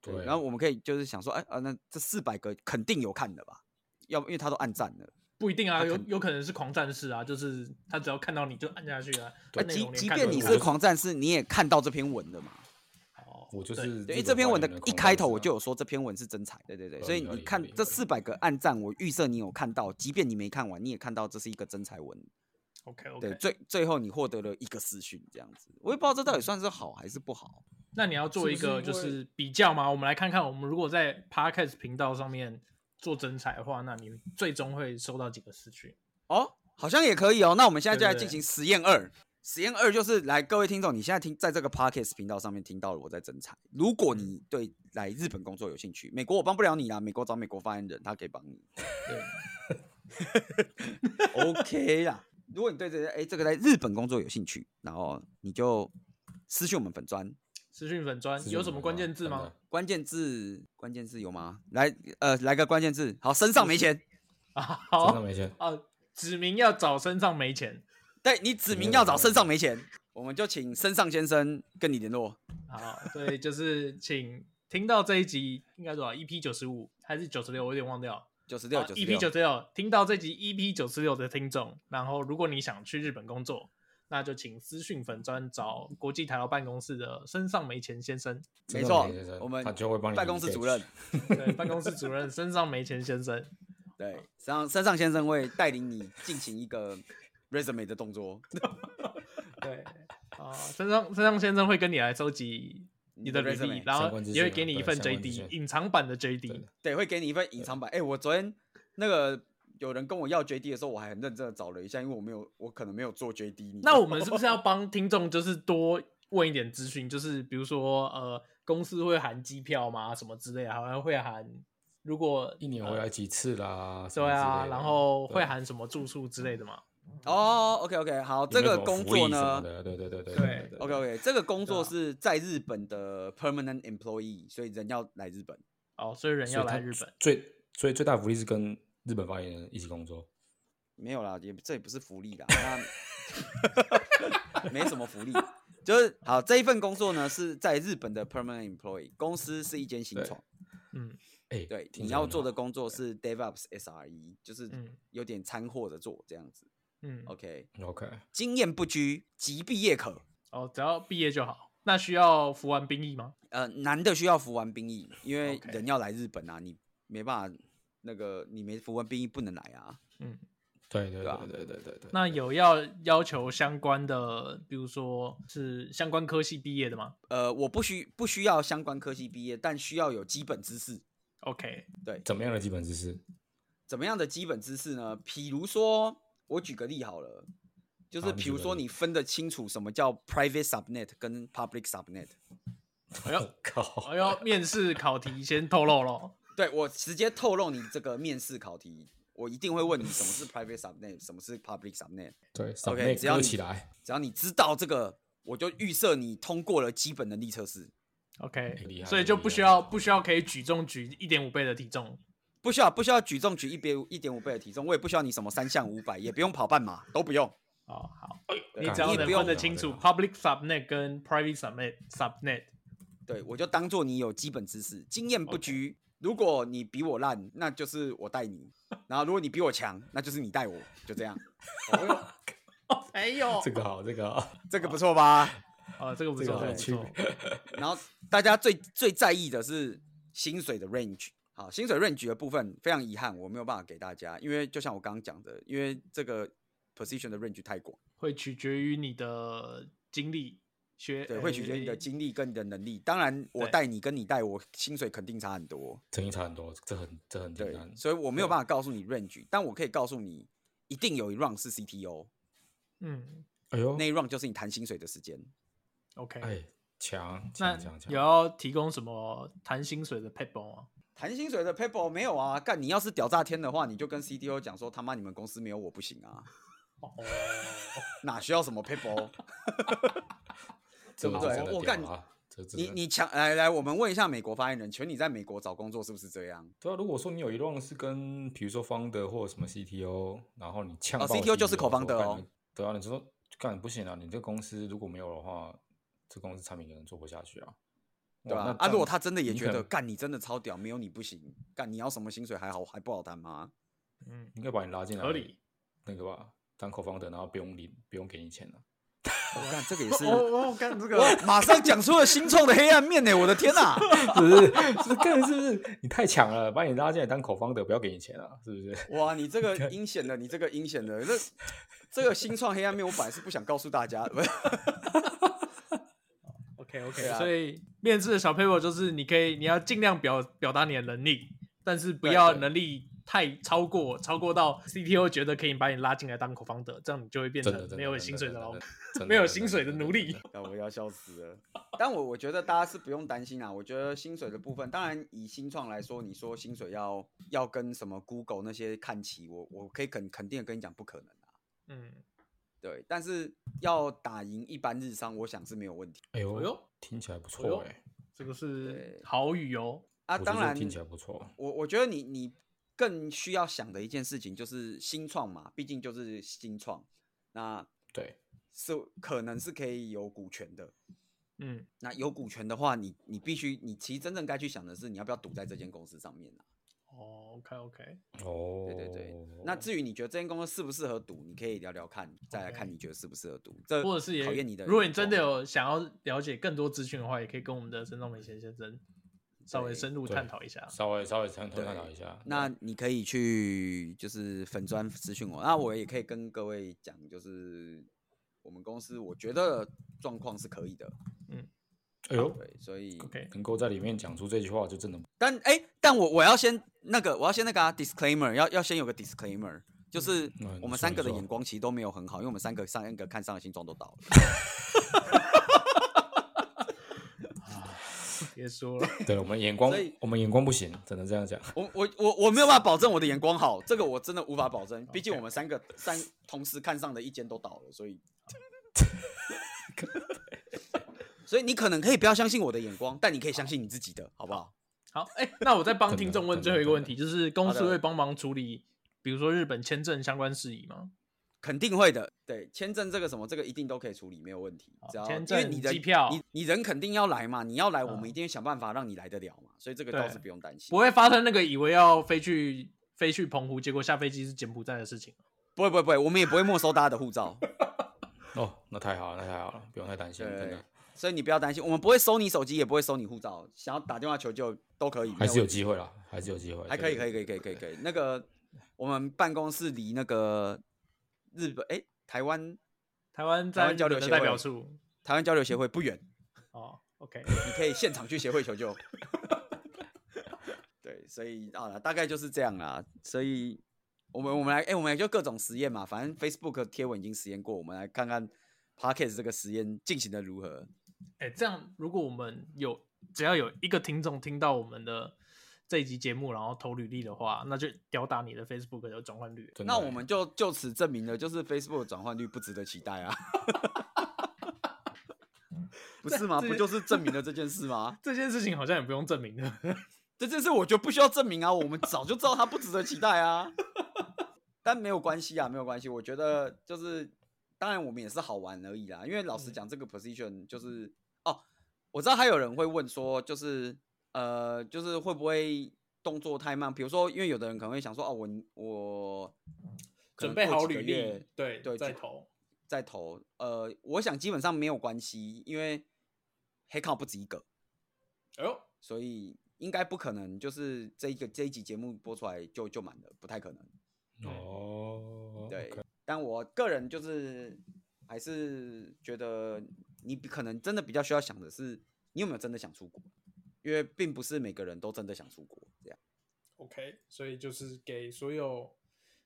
Speaker 3: 对啊，
Speaker 2: 然后我们可以就是想说，哎啊，那这四百个肯定有看的吧？要不因为他都按赞了，
Speaker 1: 不一定啊，
Speaker 2: 他
Speaker 1: 有
Speaker 2: 可能
Speaker 1: 有可能是狂战士啊，就是他只要看到你就按下去啊。
Speaker 2: 啊
Speaker 1: 他内
Speaker 2: 即
Speaker 1: 容连
Speaker 2: 即
Speaker 1: 看
Speaker 2: 便
Speaker 1: 都
Speaker 2: 你
Speaker 1: 不
Speaker 2: 是
Speaker 1: 看
Speaker 2: 狂战士，你也看到这篇文的嘛。
Speaker 1: 哦
Speaker 3: 我就
Speaker 1: 对
Speaker 3: 是
Speaker 2: 对，因为这篇文的一开头我就
Speaker 3: 有
Speaker 2: 有说这篇文是真彩，对对对，
Speaker 3: 合
Speaker 2: 所以
Speaker 3: 理合
Speaker 2: 你
Speaker 3: 理合
Speaker 2: 看
Speaker 3: 理
Speaker 2: 这
Speaker 3: 合理
Speaker 2: 四百个暗赞，我预设你有看到，即便你没看完，你也看到这是一个真彩文。
Speaker 1: OK
Speaker 2: 对，
Speaker 1: OK。
Speaker 2: 最最后你获得了一个私讯这样子，我也不知道这到底算是好还是不好。
Speaker 1: 那你要做一
Speaker 3: 是不是
Speaker 1: 个就
Speaker 3: 因为
Speaker 1: 是比较嘛，我们来看看，我们如果在 Podcast 频道上面做真彩的话，那你最终会收到几个私讯？
Speaker 2: 哦，好像也可以哦。那我们现在就
Speaker 1: 对
Speaker 2: 来
Speaker 1: 对
Speaker 2: 进
Speaker 1: 对
Speaker 2: 行实验二。实验二就是来，各位听众，你现在听在这个 podcast 频道上面听到了我在征才。如果你
Speaker 1: 嗯
Speaker 2: 对来日本工作有兴趣，美国我帮不了你啦，美国找美国发言人，他可以帮你。OK 啦。如果你对这个哎、这个在日本工作有兴趣，然后你就私讯我们粉砖，
Speaker 1: 私讯粉砖
Speaker 3: 啊
Speaker 1: 有什么关键字吗？？
Speaker 2: 关键字关键字有吗？来呃来个关键字，好，身上没钱，
Speaker 1: 啊，
Speaker 3: 真的
Speaker 1: 好
Speaker 3: 没钱，
Speaker 1: 啊，指明要找身上没钱
Speaker 2: 对你指明要找身上没钱，我们就请身上先生跟你联络。
Speaker 1: 好，所以就是请听到这一集应该多少？EP 九十五还是九十六？我有点忘掉。
Speaker 2: 九十六
Speaker 1: 啊
Speaker 2: 九十
Speaker 1: ，EP 九
Speaker 2: 六，
Speaker 1: 十六，听到这集 EP 九十六的听众，然后如果你想去日本工作，那就请私讯粉专找国际台劳办公室的身上没钱先生，
Speaker 3: 真
Speaker 2: 没
Speaker 3: 的
Speaker 2: 错
Speaker 3: 钱，
Speaker 2: 我们
Speaker 3: 他就会帮你
Speaker 2: 办公室
Speaker 3: engage
Speaker 2: 主任，
Speaker 1: 对，办公室主任身上没钱先生。
Speaker 2: 对，身上身上先生会带领你进行一 个 resume 的动作，
Speaker 1: 对，啊、身上身上先生会跟你来收集你的履历
Speaker 2: resume，，
Speaker 1: 然
Speaker 3: 相
Speaker 1: 后
Speaker 3: 关资
Speaker 1: 也会
Speaker 3: 讯啊
Speaker 1: 给你一
Speaker 3: 对
Speaker 1: 份
Speaker 3: 相关资
Speaker 1: JD
Speaker 3: 讯
Speaker 1: 隐藏版的 JD
Speaker 3: 对。
Speaker 2: 对，会给你一份隐藏版。哎、我昨天那个有人跟我要 JD 的时候，我还很认真的找了一下，因为我没有，我可能没有做 JD 你知道。
Speaker 1: 那我们是不是要帮听众就是多问一点资讯？就是比如说呃，公司会含机票吗？什么之类的，好像会含如果
Speaker 3: 一年
Speaker 1: 呃
Speaker 3: 回来几次啦？什么
Speaker 1: 对
Speaker 3: 之
Speaker 1: 啊，
Speaker 3: 类的
Speaker 1: 然后
Speaker 3: 对
Speaker 1: 会含什么住宿之类的嘛？
Speaker 2: 哦，OK OK，好，这
Speaker 3: 有没有
Speaker 2: 个
Speaker 3: 什么
Speaker 2: 工
Speaker 3: 福利
Speaker 2: 作
Speaker 3: 什么
Speaker 2: 呢
Speaker 3: 的对对对对
Speaker 1: 对
Speaker 2: OK OK，这个工
Speaker 1: 对
Speaker 2: 作
Speaker 1: 啊
Speaker 2: 是在日本的 permanent employee，所以人要来日本。
Speaker 1: 哦，所以人
Speaker 3: 所
Speaker 1: 要
Speaker 3: 以他
Speaker 1: 来日本，
Speaker 3: 最最最大福利是跟日本发言人一起工作，
Speaker 2: 没有啦，也这也不是福利啦，那 没什么福利，就是好这一份工作呢是在日本的 permanent employee，公司是一间新
Speaker 3: 对
Speaker 2: 创，
Speaker 1: 嗯
Speaker 3: 哎，
Speaker 2: 对，
Speaker 3: 听
Speaker 2: 你
Speaker 3: 起来
Speaker 2: 要
Speaker 3: 很
Speaker 2: 做
Speaker 3: 好
Speaker 2: 的工作是 DevOps SRE，就是
Speaker 1: 嗯
Speaker 2: 有点掺和着做这样子。
Speaker 1: 嗯，
Speaker 3: 哦
Speaker 2: OK，
Speaker 3: OK，
Speaker 2: 经验不拘，即毕业可。
Speaker 1: 哦，只要毕业就好。那需要服完兵役吗？
Speaker 2: 呃，男的需要服完兵役，因为
Speaker 1: OK
Speaker 2: 人要来日本啊，你没办法，那个你没服完兵役不能来啊。
Speaker 1: 嗯，
Speaker 3: 对对
Speaker 2: 对啊
Speaker 3: 对对对对对。
Speaker 1: 那有要要求相关的，比如说是相关科系毕业的吗
Speaker 2: 呃，我不需不需要相关科系毕业，但需要有基本知识。
Speaker 1: ？OK，
Speaker 3: 怎么样的基本知识？
Speaker 2: 怎么样的基本知识呢？比如说，我举个例好了，就是
Speaker 3: 好你
Speaker 2: 比
Speaker 3: 举
Speaker 2: 如
Speaker 3: 个
Speaker 2: 说
Speaker 3: 例
Speaker 2: 你分得清楚什么叫 private subnet 跟 public subnet。
Speaker 1: 哎呦
Speaker 3: 我 靠！
Speaker 1: 哎呦，面试考题先透露咯。
Speaker 2: 对我直接透露你这个面试考题，我一定会问你什么 是 private subnet，什么是 public subnet。
Speaker 3: 对，省内
Speaker 2: 只要
Speaker 3: 割
Speaker 2: 你
Speaker 3: 起来，
Speaker 2: 只要你知道这个，我就预设你通过了基本能力测试，
Speaker 3: 哎厉
Speaker 1: OK，
Speaker 3: 害
Speaker 1: 所以就不需要不需要可以举重举一点五倍的体重。
Speaker 2: 不需要不需要举重举一边一点五倍的体重，我也不需要你什么三项五百，也不用跑半马，都不用。
Speaker 1: 哦，好，
Speaker 2: 对
Speaker 1: 你
Speaker 3: 干
Speaker 1: 只要
Speaker 2: 哎也
Speaker 1: 能
Speaker 2: 不
Speaker 1: 分
Speaker 2: 用
Speaker 1: 得清楚 public subnet 跟 private subnet subnet。
Speaker 2: 对我就当做你有基本知识，经验不拘。如果你比我烂，那就是我带你；然后如果你比我强，那就是你带我，就这样。
Speaker 1: 哦，没有
Speaker 3: 这个好，这个好，
Speaker 2: 这个不错吧？
Speaker 1: 哦，这个不
Speaker 3: 这个
Speaker 1: 错，这
Speaker 3: 好
Speaker 1: 个不
Speaker 3: 区
Speaker 1: 错。
Speaker 3: 别。
Speaker 2: 然后大家最最在意的是薪水的 range。好，薪水 range 的部分非常遗憾，我没有办法给大家，因为就像我刚刚讲的，因为这个 position 的 range 太广。
Speaker 1: 会取决于你的经历，学呃
Speaker 2: 对，会取决于你的
Speaker 1: 诶
Speaker 2: 精力跟你的能力。当然，
Speaker 1: 哎
Speaker 2: 我
Speaker 1: 对
Speaker 2: 带你跟你带我，薪水肯定差很多。
Speaker 3: 成因差很多，这很这很简
Speaker 2: 对
Speaker 3: 单，。
Speaker 2: 所以我没有
Speaker 3: 对
Speaker 2: 办法告诉你 range，但我可以告诉你，一定有一 round 是 CTO，
Speaker 1: 嗯
Speaker 3: 哎呦
Speaker 2: 那，一 round 就是你谈薪水的时间。
Speaker 1: ，OK，
Speaker 3: 哎，强
Speaker 1: 那
Speaker 3: 强强强
Speaker 1: 有，
Speaker 2: 啊
Speaker 1: 要提供什么谈薪水的 paper 吗？
Speaker 2: 谈薪水的 paper 没有啊？干，你要是屌炸天的话，你就跟 CTO 讲说他妈你们公司没有我不行啊，
Speaker 1: 哦，
Speaker 2: 哪需要什么 paper？
Speaker 3: 这
Speaker 2: 对不
Speaker 3: 个是
Speaker 2: 对
Speaker 3: 真的
Speaker 2: 我
Speaker 3: 屌
Speaker 2: 干
Speaker 3: 啊，这真
Speaker 2: 你
Speaker 3: 的
Speaker 2: 你强来来，我们问一下美国发言人，请问你在美国找工作是不是这样？
Speaker 3: 对啊，如果说你有一 round 是跟比如说方德或者什么 CTO，然后你呛
Speaker 2: 哦
Speaker 3: 爆
Speaker 2: CTO 就是口
Speaker 3: 说
Speaker 2: 方德
Speaker 3: 干
Speaker 2: 哦
Speaker 3: 你对啊，你就说干不行啊，你这公司如果没有的话，这公司产品可能做不下去啊，
Speaker 2: 对吧、
Speaker 3: 哇那
Speaker 2: 啊？
Speaker 3: 这样
Speaker 2: 如果他真的也
Speaker 3: 你
Speaker 2: 觉
Speaker 3: 可
Speaker 2: 得
Speaker 3: 能
Speaker 2: 干你真的超屌，没有你不行，干你要什么薪水还好还不好谈吗？
Speaker 1: 嗯，
Speaker 3: 应该把你拉进来，
Speaker 1: 合理。
Speaker 3: 那个吧，当口方德，然后不用领，不用给你钱了、
Speaker 2: 我干、这个也
Speaker 1: 哦
Speaker 2: 是，
Speaker 1: 哦，哦干这 个，
Speaker 2: 哇马上讲出了新创的黑暗面呢、我的天啊哪、
Speaker 3: 是不是？是不是？个人是不是？你太强了，把你拉进来当口方德，不要给你钱啊，是不是？
Speaker 2: 哇，你这个阴险的，你这个阴险的，这这个新创黑暗面，我本来是不想告诉大 家，不是
Speaker 1: OK OK，、
Speaker 2: 对啊
Speaker 1: 所以面试的小 paper 就是你可以，你要尽量表表达你的能力，但是不
Speaker 2: 对
Speaker 1: 要
Speaker 2: 对
Speaker 1: 能力太超过，超过到 CTO 觉得可以把你拉进来当口方的，这样你就会变
Speaker 3: 真的，真
Speaker 1: 成
Speaker 3: 的
Speaker 1: 没有薪水的
Speaker 3: 真
Speaker 1: 老 板。
Speaker 3: 真的
Speaker 1: 没有
Speaker 3: 真的
Speaker 1: 薪水的
Speaker 3: 真
Speaker 1: 奴
Speaker 3: 真
Speaker 1: 隶
Speaker 3: 的
Speaker 2: 啊，我要笑死了。但我我觉得大家是不用担心啊。我觉得薪水的部分，当然以新创来说，你说薪水要要跟什么 Google 那些看齐，我我可以肯肯定的跟你讲，不可能啊。
Speaker 1: 嗯，
Speaker 2: 对，但是要打赢一般日商，我想是没有问题
Speaker 1: 哎
Speaker 3: 哎呦
Speaker 1: 呦，
Speaker 3: 听起来不
Speaker 1: 哎呦
Speaker 3: 错哎、
Speaker 1: 这个是
Speaker 2: 对
Speaker 1: 好语哦。
Speaker 2: 啊。
Speaker 3: 我觉
Speaker 2: 当
Speaker 3: 得
Speaker 2: 然，
Speaker 3: 听起来不错。
Speaker 2: 我我觉得你你更需要想的一件事情就是新创嘛，毕竟就是新创，那
Speaker 3: 对，
Speaker 2: 是可能是可以有股权的。
Speaker 1: 嗯，
Speaker 2: 那有股权的话，你你必须，你其实真正该去想的是，你要不要赌在这间公司上面啊？
Speaker 1: 哦，OK OK，
Speaker 3: 哦，
Speaker 2: 对对对。那至于你觉得这间公司适不适合赌，你可以聊聊看，再来看
Speaker 1: OK
Speaker 2: 你觉得适不适合赌。这
Speaker 1: 哦或者是也
Speaker 2: 考验你的眼光。
Speaker 1: 如果你真的有想要了解更多资讯的话，也可以跟我们的陈仲美先先生稍微
Speaker 2: 对
Speaker 1: 深入
Speaker 3: 对
Speaker 1: 探讨一下。
Speaker 3: 稍微稍微探
Speaker 2: 对
Speaker 3: 探讨一下，
Speaker 2: 那你可以去就是粉砖私讯我，那我也可以跟各位讲，就是我们公司我觉得状况是可以的，
Speaker 3: 哎呦，
Speaker 2: 对，所以
Speaker 1: OK，
Speaker 3: 能够在里面讲出这句话，就真的
Speaker 2: 但哎、但我我要先那个，我要先那个啊，disclaimer，要要先有个 disclaimer，就是
Speaker 3: 嗯你
Speaker 2: 我
Speaker 3: 说
Speaker 2: 们三
Speaker 3: 你
Speaker 2: 个的
Speaker 3: 说
Speaker 2: 眼光其实都没有很好，因为我们三个三个看上的星座都倒了。
Speaker 1: 别说了，
Speaker 3: 对我们眼光
Speaker 2: 所以，
Speaker 3: 我们眼光不行，只能这样讲。
Speaker 2: 我我我我没有办法保证我的眼光好，这个我真的无法保证，毕竟我们三个三同时看上的一间都倒了，所 以。所以你可能可以不要相信我的眼光，但你可以相信你自己的，好不好？
Speaker 1: 好，哎、那我再帮
Speaker 3: 真的
Speaker 1: 听众问最
Speaker 3: 真的
Speaker 1: 后一个问题，就是公
Speaker 2: 好
Speaker 1: 司
Speaker 2: 的
Speaker 1: 会帮忙处理，比如说日本签证相关事宜吗？
Speaker 2: 肯定会的，对，签证这个什么，这个一定都可以处理，没有问题
Speaker 1: 好。
Speaker 2: 只要
Speaker 1: 签
Speaker 2: 因为
Speaker 1: 证
Speaker 2: 你的
Speaker 1: 机票
Speaker 2: 你你人肯定要来嘛，你要来，我
Speaker 1: 嗯
Speaker 2: 们一定想办法让你来得了嘛，所以这个
Speaker 1: 对
Speaker 2: 倒是不用担心
Speaker 1: 不。会发生那个以为要飞去飞去澎湖，结果下飞机是柬埔寨的事情。啊
Speaker 2: 不会不会不会，我们也不会没收大家的护照，
Speaker 3: 哦，那太好了，那太好了，不用太担心，真
Speaker 2: 对
Speaker 3: 的，
Speaker 2: 所以你不要担心，我们不会收你手机，也不会收你护照，想要打电话求救都可以，没
Speaker 3: 还是有
Speaker 2: 问题
Speaker 3: 机会啦，还是有机会，
Speaker 2: 还可以可
Speaker 3: 以。
Speaker 2: 以可以可以可以可以。那个我们办公室离那个日本哎、台湾
Speaker 1: 台湾
Speaker 2: 台
Speaker 1: 在
Speaker 2: 湾
Speaker 1: 日
Speaker 2: 交
Speaker 1: 本
Speaker 2: 流
Speaker 1: 的
Speaker 2: 协
Speaker 1: 代
Speaker 2: 会
Speaker 1: 表处
Speaker 2: 台湾交流协会不远，
Speaker 1: 哦，OK，
Speaker 2: 你可以现场去协会求救。对，所以啊，大概就是这样啦。所以我们我们来，哎、我们来就各种实验嘛。反正 Facebook 贴文已经实验过，我们来看看 Podcast 这个实验进行的如何。
Speaker 1: 哎、这样如果我们有只要有一个听众听到我们的这一集节目，然后投履历的话，那就吊打你的 Facebook 的转换率。
Speaker 3: 真的
Speaker 2: 那我们就就此证明了，就是 Facebook 的转换率不值得期待啊。不是吗？
Speaker 1: 这
Speaker 2: 不就是证明了这件事吗？
Speaker 1: 这件事情好像也不用证明的。
Speaker 2: 这件事我觉得不需要证明啊，我们早就知道它不值得期待啊。但没有关系啊，没有关系。我觉得就是，当然我们也是好玩而已啦。因为老实
Speaker 1: 嗯
Speaker 2: 讲，这个 position 就是哦，我知道还有人会问说，就是呃，就是会不会动作太慢？比如说，因为有的人可能会想说，哦，我我可
Speaker 1: 准
Speaker 2: 能
Speaker 1: 备
Speaker 2: 过
Speaker 1: 好
Speaker 2: 几个
Speaker 1: 履
Speaker 2: 月
Speaker 1: 历，对
Speaker 2: 对
Speaker 1: 再
Speaker 2: 就
Speaker 1: 投。
Speaker 2: 再投。呃，我想基本上没有关系，因为黑靠不止一个。
Speaker 1: 哎呦，
Speaker 2: 所以应该不可能，就是这一个这一集节目播出来就就满了，不太可能。
Speaker 3: 哦，
Speaker 2: 对，但我个人就是，哎还是觉得你比可能真的比较需要想的是，你有没有真的想出国？因为并不是每个人都真的想出国，这样
Speaker 1: OK，所以就是给所有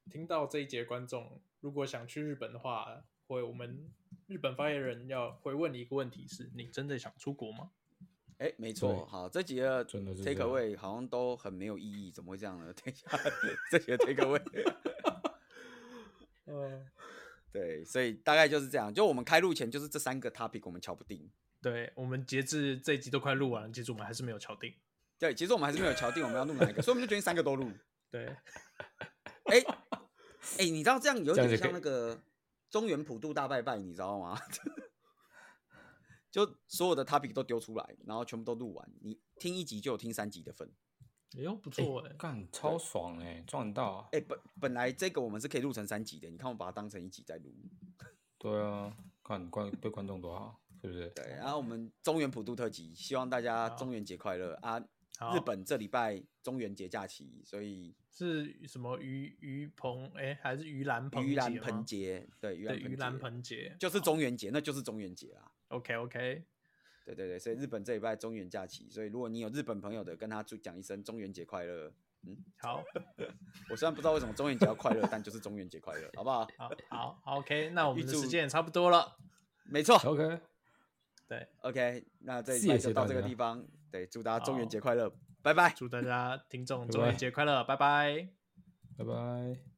Speaker 1: 听到这一节观众，如果想去日本的话，会我们日本发言人要回问你一个问题是：你真的想出国吗？
Speaker 2: 哎，没错，
Speaker 3: 对
Speaker 2: 好，这几个
Speaker 3: 真的是
Speaker 2: take
Speaker 3: 这样
Speaker 2: away 好像都很没有意义，怎么会这样呢？ 等一下，这几个 take away，
Speaker 1: 呃，
Speaker 2: 对，所以大概就是这样。就我们开录前就是这三个 topic 我们瞧不定，
Speaker 1: 对我们截至这一集都快录完了，其实我们还是没有敲定。
Speaker 2: 对，其实我们还是没有瞧定我们要录哪一个，所以我们就决定三个都录。
Speaker 1: 对，
Speaker 2: 哎、哎、你知道这样有
Speaker 3: 这样
Speaker 2: 点
Speaker 3: 就
Speaker 2: 像
Speaker 3: 可
Speaker 2: 那
Speaker 3: 以
Speaker 2: 个中原普渡大拜拜，你知道吗？ 就所有的 topic 都丢出来，然后全部都录完，你听一集就有听三集的份。
Speaker 1: 哎呦不错哎、
Speaker 3: 干超爽哎、赚到啊！
Speaker 2: 哎、本本来这个我们是可以录成三集的，你看我把它当成一集在录。
Speaker 3: 对啊，看观对观众多好，是不是？
Speaker 2: 对，然后我们中原普渡特辑，希望大家中元节快乐啊！
Speaker 1: 哎好，
Speaker 2: 日本这礼拜中元节假期，所以
Speaker 1: 是什么盂盂盆哎、还是盂兰盆
Speaker 2: 盂兰
Speaker 1: 节
Speaker 2: 盆
Speaker 1: 吗
Speaker 2: 节，对，
Speaker 1: 对
Speaker 2: 盂
Speaker 1: 盂
Speaker 2: 兰盆
Speaker 1: 兰
Speaker 2: 节
Speaker 1: 盆节
Speaker 2: 就是中元节，那就是中元节啦。
Speaker 1: OK OK
Speaker 2: 对对对，所以日本这礼拜中元假期，所以如果你有日本朋友的，跟他祝讲一声中元节快乐。
Speaker 1: 好
Speaker 2: 我虽然不知道为什么中元节要快乐，但就是中元节快乐，好不好？
Speaker 1: 好好好 OK，那我们的
Speaker 2: 预祝
Speaker 1: 时间也差不多了。
Speaker 2: 没错。
Speaker 3: OK，
Speaker 1: 对，
Speaker 2: OK，那这礼拜
Speaker 3: 谢
Speaker 2: 就
Speaker 3: 谢
Speaker 2: 到
Speaker 3: 大
Speaker 2: 这个
Speaker 3: 家
Speaker 2: 地方。对，祝大家中元
Speaker 1: 好
Speaker 2: 节快乐，拜拜。
Speaker 1: 祝大家听众
Speaker 3: 拜
Speaker 1: 中元
Speaker 3: 拜
Speaker 1: 节快乐，拜拜。
Speaker 3: 拜拜。